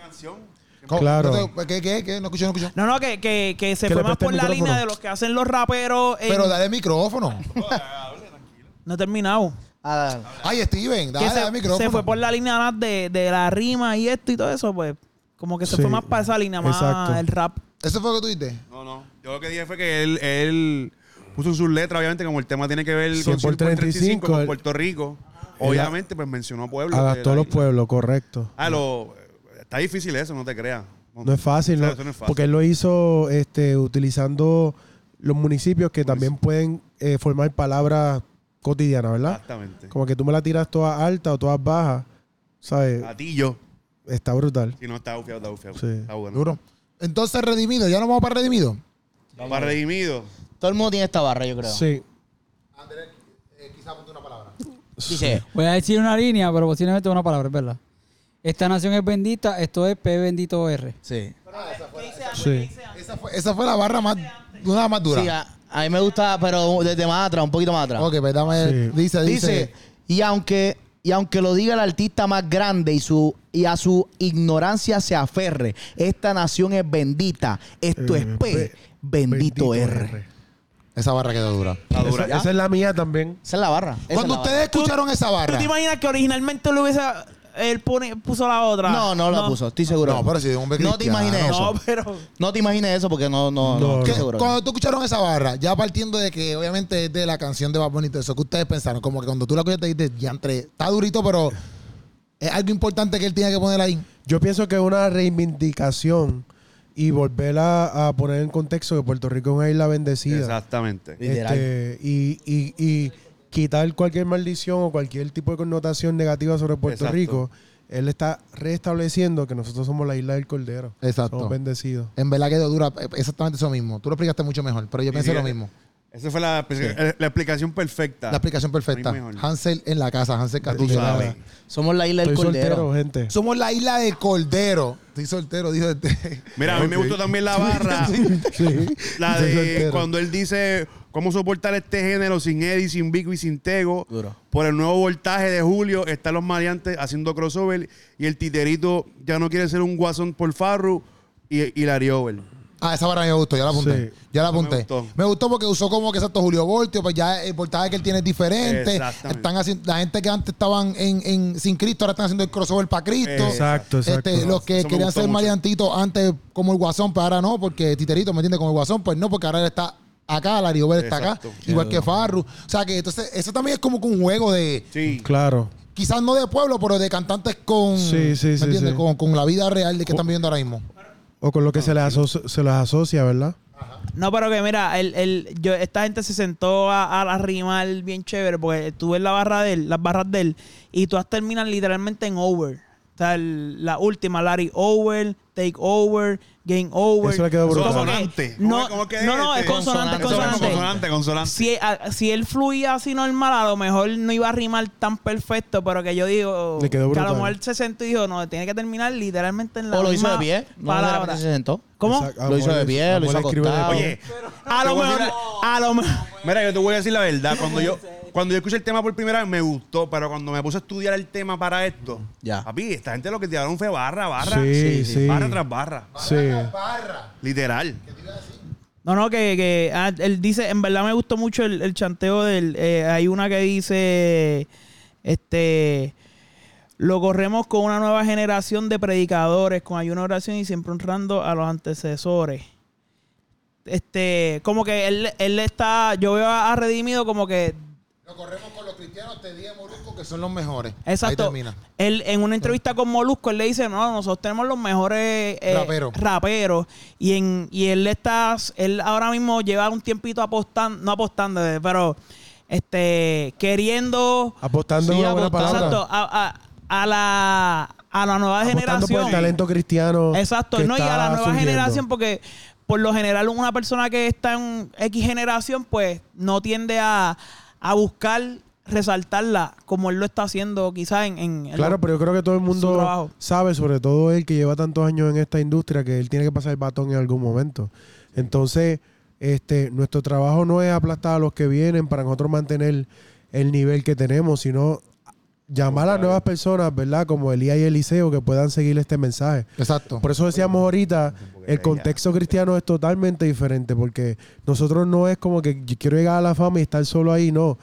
C: Claro.
E: No te- ¿Qué, qué, qué? No escucho, no escucho.
A: No, no, que, que, que se
C: Que
A: fue
C: le
A: más
C: preste
A: por
C: el
A: la
C: micrófono.
A: línea de los que hacen los raperos. en-
E: Pero dale el micrófono.
A: No he terminado.
B: Ah,
E: Ay, Steven, dale,
A: que
E: dale
A: se,
E: el micrófono.
A: se fue por la línea más de, de la rima y esto y todo eso, pues. Como que se
C: Sí,
A: fue más para esa línea, más
C: exacto.
A: el rap.
E: ¿Eso fue lo que tú dijiste?
D: No, no. Yo lo que dije fue que él, él puso en sus letras, obviamente, como el tema tiene que ver
C: 100
D: con
C: por
D: 35
C: el-
D: con Puerto Rico. Obviamente, pues mencionó pueblos.
C: A
D: de la
C: todos los
D: isla.
C: pueblos, correcto.
D: Ah, lo, está difícil eso, no te creas.
C: No es fácil,
D: Claro,
C: ¿no?
D: eso no es fácil.
C: Porque él lo hizo este, utilizando los municipios que también pueden eh, formar palabras cotidianas, ¿verdad?
D: Exactamente.
C: Como que tú me la tiras todas altas o todas bajas, ¿sabes?
D: Gatillo.
C: Está brutal.
D: Si no, está bufiado, está bufiado.
C: Sí.
D: Está bueno.
E: Duro. Entonces, redimido, ya nos vamos para redimido.
D: Para redimido.
B: todo el mundo tiene esta barra, yo creo.
C: Sí.
E: Andrés, quizá apunte una palabra.
B: Dice,
F: Voy a decir una línea, pero posiblemente una palabra, es verdad. Esta nación es bendita, esto es P bendito R.
B: sí.
C: Sí.
E: Esa fue, esa fue la barra más, una más dura.
B: Sí, a, a mí me gusta, pero desde más atrás, un poquito más atrás.
E: ok, pues dame.
C: Sí.
E: Dice,
B: Dice,
E: dice.
B: y aunque, y aunque lo diga el artista más grande y, su, y a su ignorancia se aferre, esta nación es bendita. Esto es
C: Eh,
B: P,
C: P,
B: bendito, R.
E: Esa barra quedó dura.
D: Está dura.
C: Esa, esa es la mía también.
B: Esa es la barra. esa
E: Cuando
B: es la
E: ustedes escucharon esa
A: ¿Tú
E: barra.
A: te imaginas que originalmente lo hubiese. Él pone- puso la otra?
B: barra. No, no la puso, estoy seguro.
E: No, pero si es un hombre
B: No te
E: cristiano.
B: imagines eso.
A: No, pero.
B: No te imagines eso porque no, no, no,
C: No,
B: estoy
E: que-
C: no.
B: seguro.
E: cuando tú escucharon esa barra, ya partiendo de que obviamente es de la canción de Bad Bunny, y todo eso que ustedes pensaron, como que cuando tú la escuchaste dijiste, diantre, está durito, pero es algo importante que él tiene que poner ahí.
C: Yo pienso que es una reivindicación y volver a, a poner en contexto que Puerto Rico es una isla bendecida.
D: Exactamente.
B: Literal.
C: Este, y, y- y quitar cualquier maldición o cualquier tipo de connotación negativa sobre Puerto
D: Exacto.
C: Rico. Él está restableciendo que nosotros somos la isla del Cordero.
E: Exacto.
C: Somos bendecidos.
E: En verdad quedó dura, eh, exactamente eso mismo. Tú lo explicaste mucho mejor, pero yo
D: Sí,
E: pensé
D: sí,
E: lo
D: eh,
E: mismo.
D: Esa fue la, la explicación perfecta.
E: La explicación perfecta.
D: Muy mejor.
E: Hansel en la casa, Hansel
D: Tú
E: Castillo.
D: sabes.
B: Somos la isla del
C: Estoy
B: cordero.
C: soltero, gente.
E: Somos la isla de Cordero. Estoy soltero, dijo este.
D: Mira, a mí me
E: Ok.
D: gustó también la barra.
C: Sí.
D: La
C: Estoy
D: de
C: soltero.
D: cuando él dice cómo soportar este género sin Eddie, sin Vico y sin Tego.
B: Duro.
D: Por el nuevo voltaje de Julio están los maleantes haciendo crossover y el titerito ya no quiere ser un guasón por Farru y, y Larry Over.
E: Ah, esa barra me gustó, ya la apunté.
C: Sí.
E: Ya la
D: Esa me
E: apunté. Me gustó.
D: gustó.
E: porque usó como que exacto Julio Voltio, pues ya el portaje que él tiene es diferente.
D: Exactamente.
E: Están haciendo, la gente que antes estaban en, en- sin Cristo, ahora están haciendo el crossover para Cristo.
C: Exacto, exacto.
E: Este, los que
D: Eso me
E: querían
D: gustó
E: ser
D: mucho.
E: maleantitos antes como el Guasón, pero ahora no, porque Titerito, ¿me entiendes? Como el Guasón, pues no, porque ahora él está acá, Larry Over está acá,
D: Exacto.
E: igual que Farru. O sea que entonces, eso también es como que un juego de,
D: Sí.
C: Claro.
E: quizás no de pueblo, pero de cantantes con,
C: Sí, sí,
E: ¿me
C: sí,
E: entiendes?
C: sí. Oh.
E: Con, con la vida real de que están viviendo ahora mismo.
C: O con lo que se les, aso- se les asocia, ¿verdad?
A: No, pero que mira, el, el, yo, esta gente se sentó a, a rimar bien chévere porque tú ves la barra de él, las barras de él y todas terminan literalmente en over. O sea, el- la última, Larry over, take over, game over.
C: Eso le quedó brutal.
A: Como
D: Consonante.
A: que-
D: ¿Cómo
A: No,
D: es- cómo es que
A: no, no,
D: es?
A: es consonante, es
B: Consonante.
A: consonante.
D: Consonante, consonante.
A: Si, a- si él fluía así normal, a lo mejor no iba a rimar tan perfecto, pero que yo digo
C: Le quedó
A: que a
C: brutal.
A: lo mejor se sentó y dijo, no, tiene que terminar literalmente en la
B: O lo hizo
A: misma
B: de pie. No, de
A: palabra.
B: repente se sentó.
A: ¿Cómo?
C: Exacto.
B: Lo hizo de
C: Amor,
B: pie, lo hizo
C: amor, escribe de
B: acostado.
C: pie.
D: Oye,
A: A Ah, lo
D: Te voy a
A: mejor,
D: decir-
A: a lo mejor.
D: Mira, yo te voy a decir la verdad. Cuando yo, cuando yo escuché el tema por primera vez, me gustó, pero cuando me puse a estudiar el tema para esto,
B: Ya.
D: papi, esta gente lo que te dieron fue barra, barra.
C: Sí, sí.
D: Barra tras barra.
C: Sí.
D: Literal.
A: No, no, que, que ah, él dice, en verdad me gustó mucho el, el chanteo del, eh, hay una que dice, este, lo corremos con una nueva generación de predicadores, con ayuno, oración y siempre honrando a los antecesores. Este, como que él, él está, yo veo a, a Redimido como que,
E: Lo corremos con los cristianos, te dije Molusco, que son los mejores. Ahí
A: exacto,
E: termina.
A: él en una entrevista con Molusco, él le dice, no, nosotros tenemos los mejores eh,
E: Raperos.
A: raperos", y, en, y él está, él ahora mismo lleva un tiempito apostando, no apostando, eh, pero este, queriendo,
C: Apostando
B: Sí,
C: en una Ah, buena
B: apostando.
C: palabra.
A: exacto, a, a- a la, a la
C: Apostando
A: nueva
C: por el
A: generación.
C: talento cristiano.
A: Exacto,
C: que
A: no, y a
C: está
A: la nueva
C: surgiendo.
A: generación, porque por lo general una persona que está en X generación, pues no tiende a, a buscar resaltarla como él lo está haciendo quizás en, en- en
C: Claro,
A: lo-
C: pero yo creo que todo el
A: su trabajo.
C: mundo sabe, sobre todo él que lleva tantos años en esta industria, que él tiene que pasar el batón en algún momento. Entonces, este, nuestro trabajo no es aplastar a los que vienen para nosotros mantener el nivel que tenemos, sino llamar a nuevas personas, ¿verdad? Como Elías y Eliseo, que puedan seguir este mensaje.
E: Exacto.
C: Por eso decíamos ahorita, el contexto cristiano es totalmente diferente, porque nosotros no es como que yo quiero llegar a la fama y estar solo ahí, no.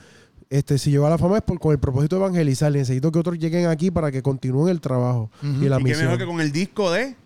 C: Este, si llego a la fama es por, con el propósito de evangelizar, y necesito que otros lleguen aquí para que continúen el trabajo y la
D: y qué
C: misión.
D: mejor que con el disco de.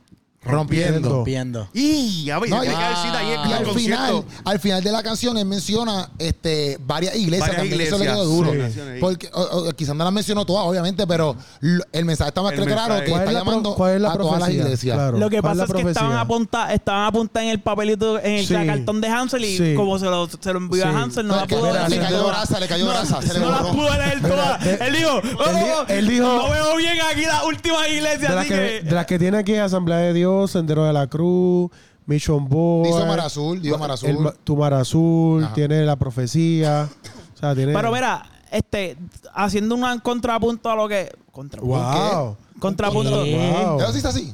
C: Rompiendo.
B: Viendo.
D: ¡Y! Ya ves,
E: No,
D: tiene
E: y-
D: que haber cita ahí
E: Y
D: en el
E: al
D: concierto.
E: final, al final de la canción él menciona este, varias iglesias
D: Varias
E: también, eso le
D: iglesias,
E: quedó duro.
D: sí. Donaciones ahí.
E: Porque o- o, quizás no las mencionó todas, obviamente, pero lo- el mensaje está más
D: El
E: que claro
D: mensaje.
E: que
C: ¿Cuál
E: está
C: es la pro-
E: llamando
C: cuál es la
E: a todas las
C: profecía?
E: iglesias.
C: Claro.
A: Lo
C: ¿Cuál
A: que
C: es
A: pasa
C: la
A: es que estaban
C: profecía?
A: apuntadas estaban apuntadas en el papelito, en el
C: Sí.
A: cartón de Hansel y
C: Sí.
A: como se lo, se lo envió
C: Sí.
A: a Hansel, no
E: No,
A: la
E: es que
A: pudo
E: mira, le
A: leer
E: cayó
A: toda.
E: brasa, le cayó brasa, se le
A: no la
E: borró.
A: pudo leer toda.
C: Mira,
A: Él dijo, "Oh,
C: él dijo-
A: no veo bien aquí las últimas iglesias,
C: de, las
A: así
C: que,
A: que...
C: de las que tiene aquí Asamblea de Dios, Sendero de la Cruz, Mission Board.
E: Dijo Mar Azul, dijo Mar Azul.
C: el ma- tu Mar Azul,
E: Ajá.
C: tiene la profecía. O sea, tiene...
A: Pero mira, este, haciendo un contrapunto a lo que... Contrapunto.
C: ¡Wow!
A: Contrapunto.
B: ¿Qué?
C: Wow.
E: ¿Eso sí está así?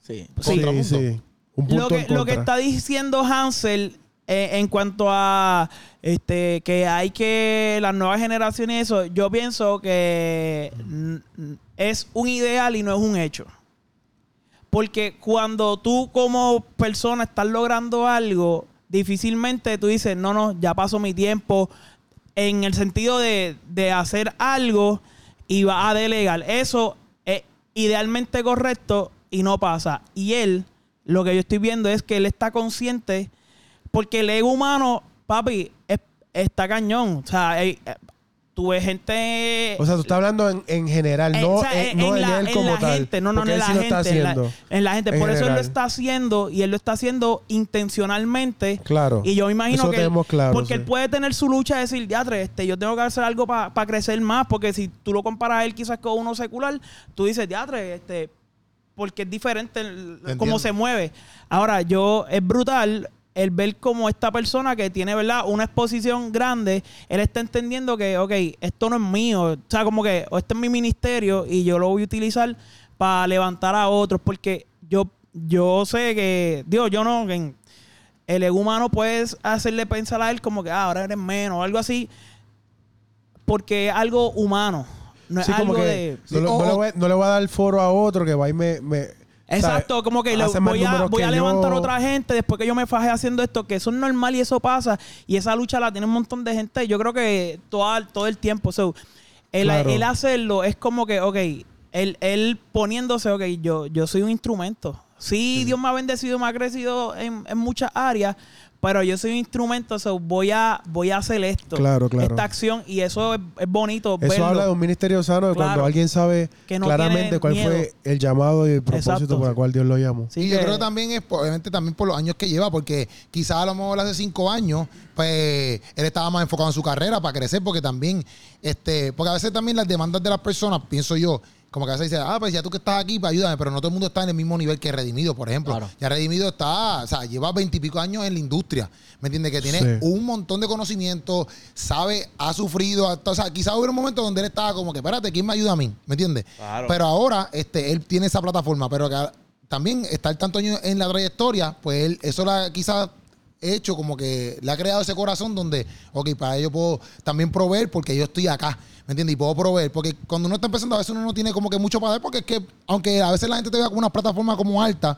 B: Sí.
A: Sí.
C: Sí, sí. Un punto
A: lo que,
C: en
A: lo que
C: contra.
A: está diciendo Hansel eh, en cuanto a este que hay que las nuevas generaciones y eso, yo pienso que mm, mm, es un ideal y no es un hecho. Porque cuando tú como persona estás logrando algo, difícilmente tú dices, no, no, ya pasó mi tiempo, en el sentido de, de hacer algo y va a delegar. Eso es idealmente correcto y no pasa. Y él, lo que yo estoy viendo es que él está consciente porque el ego humano, papi, es- está cañón. O sea, eh, eh, tú ves gente...
C: O sea, tú estás hablando en, en general,
A: Eh,
C: no,
A: o sea,
C: en, no en él como tal.
A: gente, no, no,
C: porque
A: no en
C: él
A: la
C: sí lo
A: gente,
C: está
A: en,
C: haciendo.
A: la, en la gente.
C: en
A: Por eso él lo
C: general.
A: está haciendo y él lo está haciendo intencionalmente.
C: Claro.
A: Y yo me imagino
C: Eso
A: que.
C: tenemos claro,
A: porque
C: sí.
A: él puede tener su lucha de decir, diatre, este, yo tengo que hacer algo para crecer más. Porque si tú lo comparas a él quizás con uno secular, tú dices, diatre, este, porque es diferente el- cómo
E: entiendo.
A: se mueve. Ahora, yo, es brutal el ver como esta persona que tiene, ¿verdad? Una exposición grande, él está entendiendo que, ok, esto no es mío, o sea, como que o este es mi ministerio y yo lo voy a utilizar para levantar a otros, porque yo, yo sé que, Dios, yo no, que en- el ego humano puedes hacerle pensar a él como que ah, ahora eres menos o algo así, porque es algo humano, no es
C: Sí,
A: algo
C: como que
A: de...
C: no, lo-
E: Sí, o-
C: no le voy, no le voy a dar foro a otro que va y me... me-
A: Exacto,
C: ¿sabes?
A: como que lo-
C: Hace más
A: voy, a,
C: números
A: voy
C: que
A: a levantar
C: yo.
A: otra gente después que yo me fajé haciendo esto, que eso es normal y eso pasa. Y esa lucha la tiene un montón de gente, yo creo que toda, todo el tiempo. So, el,
C: Claro.
A: el hacerlo es como que, ok, él, él poniéndose, ok, yo, yo soy un instrumento. Sí, Dios me ha bendecido, me ha crecido en, en muchas áreas, pero yo soy un instrumento, so, voy, a, voy a hacer esto,
C: Claro, claro.
A: esta acción, y eso es, es bonito.
C: Eso
A: verlo.
C: habla de un ministerio sano, de cuando
A: Claro.
C: alguien sabe
A: Que no tiene
C: claramente cuál
A: miedo.
C: fue el llamado y el propósito
A: Exacto.
C: por el cual Dios lo llamó.
A: Así
E: y yo
A: que-
E: creo que también es, por- obviamente, también por los años que lleva, porque quizás a lo mejor hace cinco años, pues él estaba más enfocado en su carrera para crecer, porque también, este, porque a veces también las demandas de las personas, pienso yo, como que a veces dicen, ah, pues ya tú que estás aquí, pues ayúdame, pero no todo el mundo está en el mismo nivel que Redimido, por ejemplo.
B: Claro.
E: Ya Redimido está, o sea, lleva veintipico años en la industria, ¿me entiendes? Que tiene
C: Sí.
E: un montón de conocimiento, sabe, ha sufrido, hasta- o sea, quizás hubiera un momento donde él estaba como que, espérate, ¿quién me ayuda a mí? ¿Me entiendes?
D: Claro.
E: Pero ahora, este, él tiene esa plataforma, pero que a- también estar tanto años en la trayectoria, pues él, eso la quizás hecho como que le ha creado ese corazón donde, ok, para ello puedo también proveer porque yo estoy acá, ¿me entiendes? Y puedo proveer, porque cuando uno está empezando a veces uno no tiene como que mucho para dar, porque es que, aunque a veces la gente te vea con una plataforma como alta,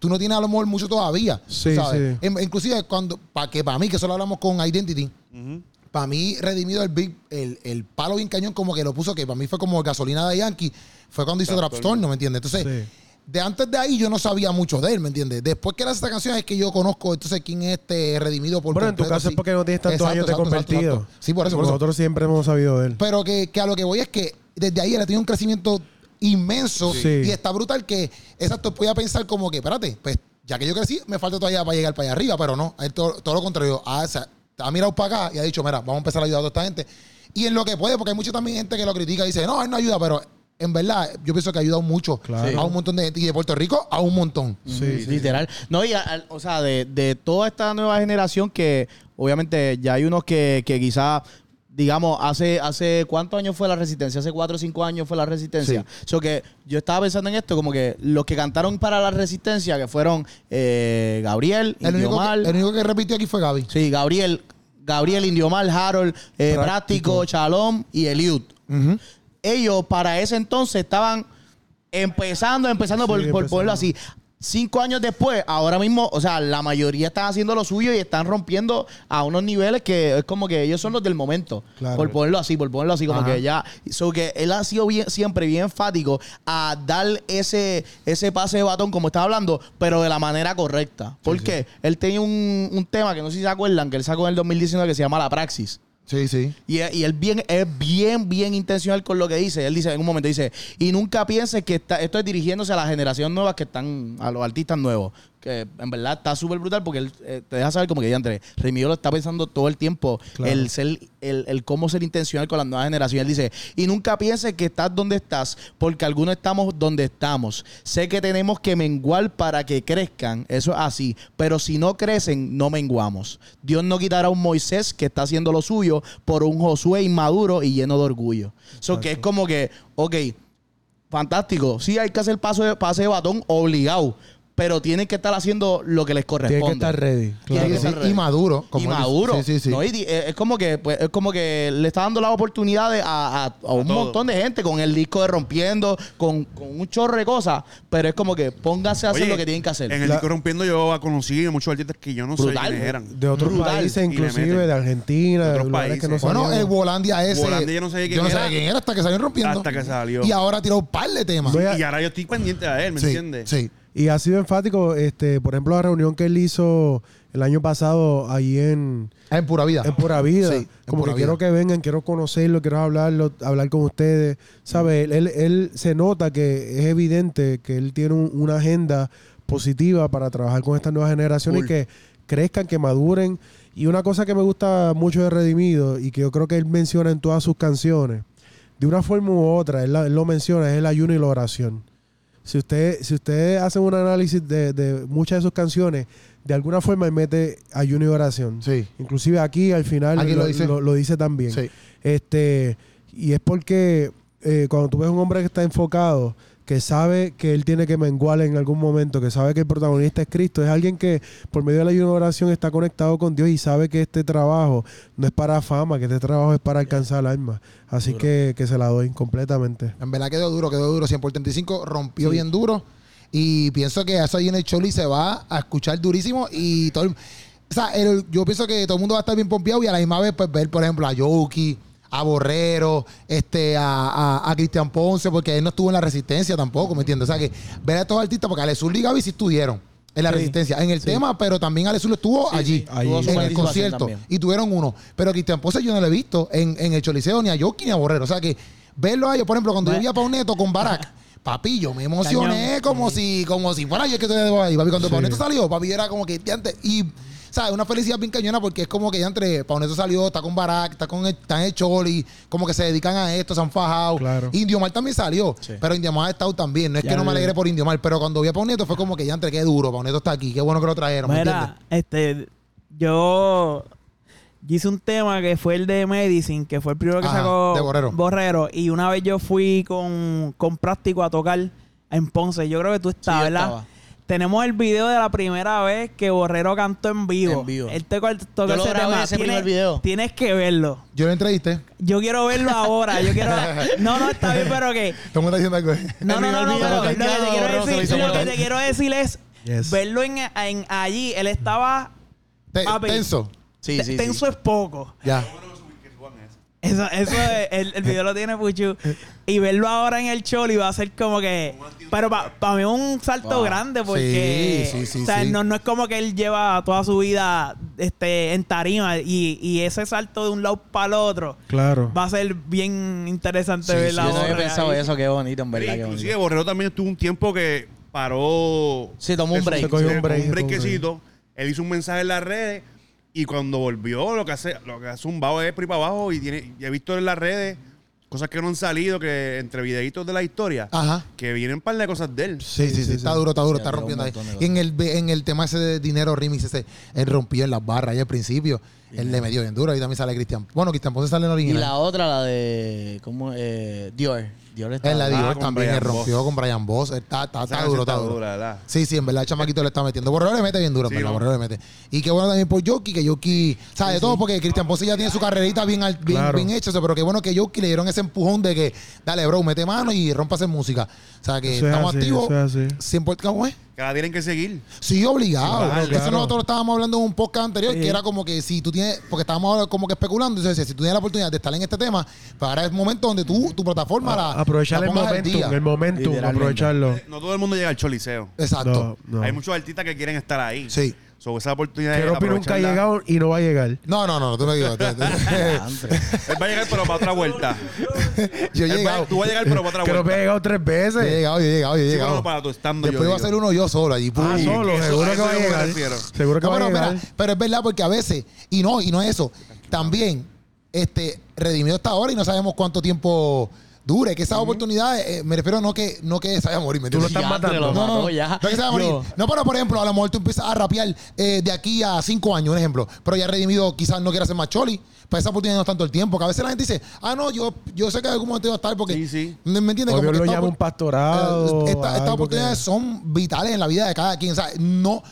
E: tú no tienes a lo mejor mucho todavía,
C: Sí,
E: ¿sabes?
C: sí.
E: Em- Inclusive cuando, para que para mí, que solo hablamos con Identity,
D: Ujú.
E: para mí, redimido el, big, el, el palo bien cañón, como que lo puso, que para mí fue como gasolina de Yankee, fue cuando hizo
D: Traptorno.
E: Trapstorm, ¿no me entiendes? Entonces,
C: Sí.
E: de antes de ahí yo no sabía mucho de él, ¿me entiendes? Después que era esta canción es que yo conozco, entonces, quién es este redimido por
C: Bueno, en tu
E: completo,
C: caso
E: sí.
C: es porque no tienes tantos
E: Exacto,
C: años de
E: exacto, exacto,
C: convertido.
E: exacto. Sí, por eso, por eso. Pues,
C: Nosotros siempre hemos sabido de él.
E: Pero que, que a lo que voy es que desde ahí él ha tenido un crecimiento inmenso
C: Sí.
E: y está brutal que, exacto, podía pensar como que, espérate, pues ya que yo crecí, me falta todavía para llegar para allá arriba, pero no, él todo, todo lo contrario, ha, o sea, ha mirado para acá y ha dicho, mira, vamos a empezar a ayudar a toda esta gente. Y en lo que puede, porque hay mucha también gente que lo critica y dice, no, él no ayuda, pero en verdad yo pienso que ha ayudado mucho
C: Claro.
E: a un montón de gente y de Puerto Rico a un montón.
B: Sí, literal. No, y a- al- o sea, de, de toda esta nueva generación que obviamente ya hay unos que, que quizás digamos, hace, hace cuántos años fue la resistencia, hace cuatro o cinco años fue la resistencia. So que yo estaba pensando en esto, como que los que cantaron para la resistencia, que fueron eh, Gabriel,
E: El
B: Indio
E: único, que,
B: Mal.
E: el único que repitió aquí fue Gaby.
B: Sí, Gabriel, Gabriel, Indio Mal, Harold, eh,
C: Práctico.
B: Práctico, Chalom y Eliud.
C: Ujú.
B: Ellos para ese entonces estaban empezando, empezando
C: Sí,
B: por, por
C: empezando.
B: ponerlo así. Cinco años después, ahora mismo, o sea, la mayoría están haciendo lo suyo y están rompiendo a unos niveles que es como que ellos son los del momento.
C: Claro.
B: Por ponerlo así, por ponerlo así, como
C: Ajá.
B: que ya. So que él ha sido bien, siempre bien enfático a dar ese, ese pase de batón, como estaba hablando, pero de la manera correcta. ¿Por qué? Él tenía un, un tema que no sé si se acuerdan, que él sacó en el 2019 que se llama La Praxis.
E: Sí, sí.
B: Y, y él bien, es bien, bien intencional con lo que dice. Él dice en un momento, dice, y nunca pienses que está, esto es dirigiéndose a la generación nueva que están, a los artistas nuevos. Que en verdad está súper brutal porque él eh, te deja saber como que ya Andrés, Remiro lo está pensando todo el tiempo,
C: Claro.
B: el ser, el, el cómo ser intencional con las nuevas generaciones. Él dice, y nunca pienses que estás donde estás, porque algunos estamos donde estamos. Sé que tenemos que menguar para que crezcan, eso es así, pero si no crecen, no menguamos. Dios no quitará un Moisés que está haciendo lo suyo por un Josué inmaduro y lleno de orgullo. Eso que es como que, ok, fantástico, sí hay que hacer paso de, pase de batón obligado, pero tienen que estar haciendo lo que les corresponde.
C: Tiene que estar ready.
B: Tiene
C: claro.
B: que
E: Sí,
B: estar
E: sí,
B: ready.
E: Y maduro. como
B: y
E: él dice.
B: maduro.
E: Sí, sí, sí.
B: No, y di- eh, es como que pues, es como que le está dando las oportunidades a, a- a un
D: todo.
B: montón de gente con el disco de rompiendo, con, con un chorro de cosas, pero es como que pónganse a hacer
D: Oye,
B: lo que tienen que hacer.
D: En el
C: La-
D: disco Rompiendo yo conocí a muchos artistas que yo no
B: Brutal.
D: sé quiénes eran.
C: De otros
B: Brutal.
C: países,
D: Y le
C: inclusive
D: meten.
C: de Argentina,
D: De
C: de,
D: otros
C: lugares que no
D: países.
E: Bueno,
C: sabían.
E: el Volandia ese.
D: Volandia yo no sabía quién
E: yo no
D: era.
E: sabía quién era hasta que salieron rompiendo.
D: Hasta que salió.
E: Y ahora ha tirado un par de temas.
C: Voy a-
D: Y ahora yo estoy pendiente a él, ¿me
E: sí,
D: entiendes?
E: Sí.
C: Y ha sido enfático, este, por ejemplo, la reunión que él hizo el año pasado ahí en,
E: Ah, En pura vida.
C: en Pura Vida.
E: Sí, en
C: Como
E: Pura
C: que
E: Vida.
C: quiero que vengan, quiero conocerlo, quiero hablarlo, hablar con ustedes. ¿Sabes? Él, él, él se nota que es evidente que él tiene un- una agenda positiva para trabajar con estas nuevas generaciones y
D: Cool.
C: que crezcan, que maduren. Y una cosa que me gusta mucho de Redimido y que yo creo que él menciona en todas sus canciones, de una forma u otra, él, la- él lo menciona, es el ayuno y la oración. Si usted, si usted hace un análisis de, de muchas de sus canciones, de alguna forma él mete ayuno y oración.
E: Sí.
C: Inclusive aquí al final
E: Aquí
C: lo,
E: lo dice.
C: lo- lo dice también.
E: Sí.
C: Este, y es porque eh, cuando tú ves un hombre que está enfocado, que sabe que él tiene que menguar en algún momento, que sabe que el protagonista es Cristo, es alguien que por medio de la ayuda y oración está conectado con Dios y sabe que este trabajo no es para fama, que este trabajo es para alcanzar almas. Así que, que se la doy completamente.
E: En verdad quedó duro, quedó duro. 100 por 35, rompió bien duro. Y pienso que eso ahí en el Choli se va a escuchar durísimo. Y todo el- o sea, el- yo pienso que todo el mundo va a estar bien pompeado y a la misma vez, pues, ver, por ejemplo, a Yoki, a Borrero, este, a, a, a Cristian Ponce, porque él no estuvo en la resistencia tampoco, ¿me entiendes? O sea que ver a estos artistas, porque Alessur y Gaby sí estuvieron en la
C: Sí,
E: resistencia, en el tema, pero también Alessur estuvo allí
B: Tuvo su
C: Ahí.
E: en el
B: participación
E: concierto
B: también.
E: y tuvieron uno. Pero a Cristian Ponce yo no lo he visto en, en el Choliseo, ni a Yoki, ni a Borrero. O sea que verlo a ellos, por ejemplo, cuando yo vi a Pauneto con Barack, papi, yo me emocioné
F: Cañón.
E: como si, como si fuera yo el que estoy de ahí. Papi, cuando
C: Sí.
E: Pauneto salió, papi era como que antes. Y, ¿sabes? Una felicidad bien cañona porque es como que ya entre Pauneto salió, está con Barack, está con el, está en el Choli, como que se dedican a esto, se han fajado.
C: Claro.
E: Indio Mal también salió, pero Indio Mal ha estado también. No es
A: Ya
E: que no me
A: le-
E: alegre por Indio Mal, pero cuando vi a Pauneto fue como que ya entre, qué duro, Pauneto está aquí, qué bueno que lo trajeron. ¿me entiendes?
A: Mira, este, yo yo hice un tema que fue el de Medicine, que fue el primero que
B: Ah,
E: Ajá,
A: sacó
E: de Borrero.
A: Y una vez yo fui con, con Práctico a tocar en Ponce. Yo creo que tú estabas,
B: yo
A: ¿verdad?
B: estaba.
A: Tenemos el video de la primera vez que Borrero cantó en vivo.
B: En vivo.
A: Él tocó, tocó
B: Yo lo
A: ese
B: grabé
A: tema.
B: ese
A: tienes,
B: primer video.
A: tienes que verlo.
E: Yo lo entrevisté.
A: Yo quiero verlo ahora. Yo quiero. No, no, está bien, pero que.
E: ¿Cómo está diciendo algo?
A: No, no, no, no,
B: video
A: pero
B: lo
A: lo que
B: tenía
A: te quiero
B: borroso, lo hizo
A: decir, lo que
B: borrar.
A: te quiero decir es
C: Yes.
A: verlo en, en- allí. Él estaba
E: Te-
A: Papi.
E: Tenso.
B: Sí,
A: te-
B: sí, sí.
A: tenso es poco.
E: Ya.
A: Eso, eso es- el, el video lo tiene Puchu. Y verlo ahora en el Choli va a ser como que. Pero para mí un salto
B: Wow.
A: grande porque.
E: Sí, sí, sí,
A: o sea,
E: sí.
A: No, no es como que él lleva toda su vida este, en tarima y, y ese salto de un lado para el otro
C: Claro.
A: va a ser bien interesante
E: Sí,
A: ver
E: sí,
A: la
B: Yo no había
A: obra
B: pensado
A: ahí.
B: eso, qué bonito, en
D: Sí,
B: verdad. qué
D: inclusive
B: bonito.
D: Borrero también estuvo un tiempo que paró.
B: Sí, tomó un
D: de su-
B: break.
D: de-
B: Se
C: cogió un
D: de-
C: break,
D: Un
C: se cogió un
D: breakcito. Él hizo un mensaje en las redes y cuando volvió, lo que hace, lo que ha zumbado es por ahí para abajo y tiene, y he visto en las redes cosas que no han salido, que entre videitos de la historia,
E: Ajá.
D: que vienen un par de cosas de él.
E: Sí, sí, sí,
C: sí,
E: está
C: sí.
E: duro, está duro,
B: Sí,
E: está
B: había un
E: rompiendo ahí.
B: montón de
E: Y en el, en el tema ese de dinero remix, ese, él rompió en las barras ahí al principio. Él le metió bien duro. Ahí también sale Cristian. Bueno, Cristian Ponce sale en
G: Y
E: original.
G: la otra, la de. ¿Cómo? Eh, Dior. Dior está.
E: Él la dio
D: Ah, con
E: también,
D: Brian
E: él rompió
D: Boss.
E: con Brian Boss. Está,
D: Esa
E: está, está
D: canción
E: duro,
D: está
E: está duro.
D: dura, ¿verdad?
E: Sí, sí, en verdad, el chamaquito le está metiendo. Borrero le mete bien duro, en
D: Sí,
E: verdad,
D: ¿no?
E: Borrero le mete. Y qué bueno también por Yoki, que Yoki, o sea, de todo, porque Cristian Ponce ya tiene su carrerita bien, al- bien,
C: Claro.
E: bien hecha, o sea, pero qué bueno que Yoki le dieron ese empujón de que, dale, bro, mete mano y rompas en música. O sea, que
C: Eso es
E: estamos
C: así,
E: activos.
C: eso es así.
E: 100% ¿cómo es?
D: Que la tienen que seguir.
E: Sí, obligado.
C: Claro,
E: Porque Eso
C: claro.
E: nosotros estábamos hablando en un podcast anterior,
A: Sí.
E: que era como que si tú tienes, porque estábamos ahora como que especulando, entonces si tú tienes la oportunidad de estar en este tema, para ahora es el momento donde tú, tu plataforma la,
C: Aprovechar
E: la
C: el
E: pongas al
C: momentum,
E: día.
C: el momentum,
G: Literalmente.
C: aprovecharlo.
D: No todo el mundo llega al choliseo.
E: Exacto.
C: No, no.
D: Hay muchos artistas que quieren estar ahí.
E: Sí.
D: So, esa oportunidad de
C: Keropi nunca ha
D: aprovecharla.
C: llegado y no va a llegar.
E: No, no, no, tú me digas.
D: Él va a llegar, pero para otra vuelta.
E: yo he
D: Él va-
E: llegado.
D: tú vas a llegar, pero para otra
C: Keropi ha
D: vuelta.
C: llegado tres
E: Yo he
C: veces.
E: llegado, yo he llegado, yo he
D: Sí, pero
E: llegado.
D: no para tu estando yo
E: Después va a
D: digo.
E: ser uno yo solo allí.
C: Ah,
E: pum.
C: solo,
D: eso-
C: seguro
D: a
C: que
D: eso
C: va a
D: yo me
C: llegar.
D: refiero.
C: Seguro que
E: No,
C: va a
E: pero,
C: llegar.
E: espera, pero es verdad porque a veces, y no, y no es eso, también este redimido hasta ahora y no sabemos cuánto tiempo dure, que esas oportunidades, eh, me refiero no que no que se vaya a morir, ¿me
C: Tú lo estás
E: entiendes?
G: Ya, te
C: matando.
G: lo
E: No, no,
G: mató
E: no,
G: ya.
E: no que se vaya a morir.
G: Yo-
E: No, pero por ejemplo, a lo mejor tú empiezas a rapear eh, de aquí a cinco años, un ejemplo, pero ya redimido quizás no quiera hacer más choli, para esa oportunidad no es tanto el tiempo, que a veces la gente dice, ah, no, yo, yo sé que en algún momento iba a estar porque,
D: Sí, sí.
E: ¿me me entiendes?
C: O
E: Como
C: Dios
E: que
C: lo
E: esta
C: llama
E: opor-
C: un pastorado.
E: eh, esta- estas
C: Oh, algo
E: oportunidades
C: que-
E: son vitales en la vida de cada quien. O sea, no,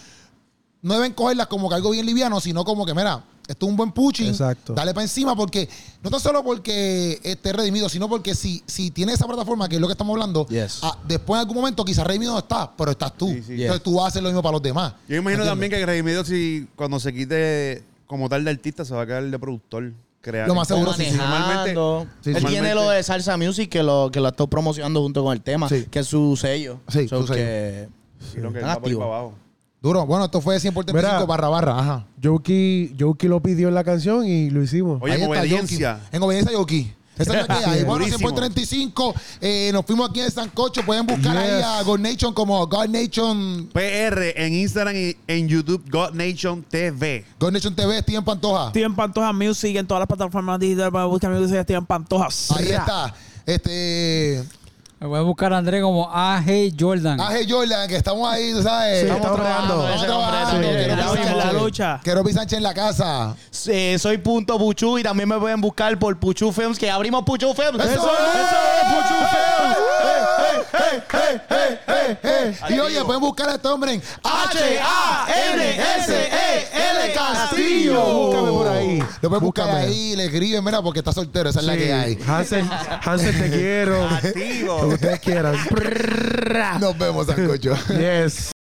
E: no deben cogerlas como que algo bien liviano, sino como que, mira, esto es un buen pushing.
C: Exacto.
E: Dale para encima, porque no tan solo porque esté redimido, sino porque si, si tiene esa plataforma, que es lo que estamos hablando,
G: Yes.
E: ah, después en algún momento quizás redimido no está, pero estás tú.
D: Sí, sí.
E: Entonces tú vas a hacer lo mismo para los demás.
D: Yo me imagino
E: ¿Entiendes?
D: también que Redimido, si cuando se quite como tal de artista, se va a quedar de productor. Crear.
E: Lo más seguro, sí, sí.
G: manejando.
E: Sí, sí.
G: Él tiene
D: Normalmente-
G: lo de Salsa Music que lo, que lo está promocionando junto con el tema,
E: Sí.
G: que es su sello.
E: Sí,
G: So
E: su sello.
G: que-
D: Creo que
G: Están
D: va por ahí
G: activos.
D: para abajo.
E: Duro. Bueno, esto fue 100 por 35
C: Mira.
E: barra barra. Ajá.
C: Yoki, Yoki lo pidió en la canción y lo hicimos.
D: Oye,
E: Ahí
D: en
E: está
D: obediencia.
E: Yoki. En obediencia, Yoki. Esa es la que hay. Bueno,
D: Durísimo.
E: 100 por 35. eh, nos fuimos aquí en el Sancocho. Pueden buscar ahí
C: Yes.
E: a God Nation como God Nation.
D: PR en Instagram y en YouTube, God Nation TV.
E: God Nation TV, Steven Pantoja.
A: Steven Pantoja Music en todas las plataformas digitales para buscar music Steven Pantoja.
E: Ahí está. Este.
F: Me voy a buscar a André como AG Jordan.
E: Ángel Jordan, que estamos ahí, tú sabes.
C: Sí,
E: estamos
C: estamos
E: trabajando.
C: trabajando.
G: Ese
E: Estamos
G: hombre,
E: trabajando.
G: ese hombre.
E: Quero
A: La lucha,
E: Pisanche.
A: la lucha.
E: Quero Pisanche en la casa.
G: Eh, soy punto Puchu y también me pueden buscar por Puchu Films, que abrimos Puchu Films.
E: ¡Eso eh, eh, es! Y oye, pueden buscar a este hombre en H-A-N-S-E-L E Castillo.
C: Búscame por ahí.
E: Lo pueden buscar
C: Búscame.
E: ahí, le escriben, mira, porque está soltero, esa es la
C: Sí.
E: que hay.
C: Hansel, Hansel, te quiero.
D: Activo.
C: Como ustedes quieran. Prrrra.
E: Nos vemos, Sancocho.
C: yes.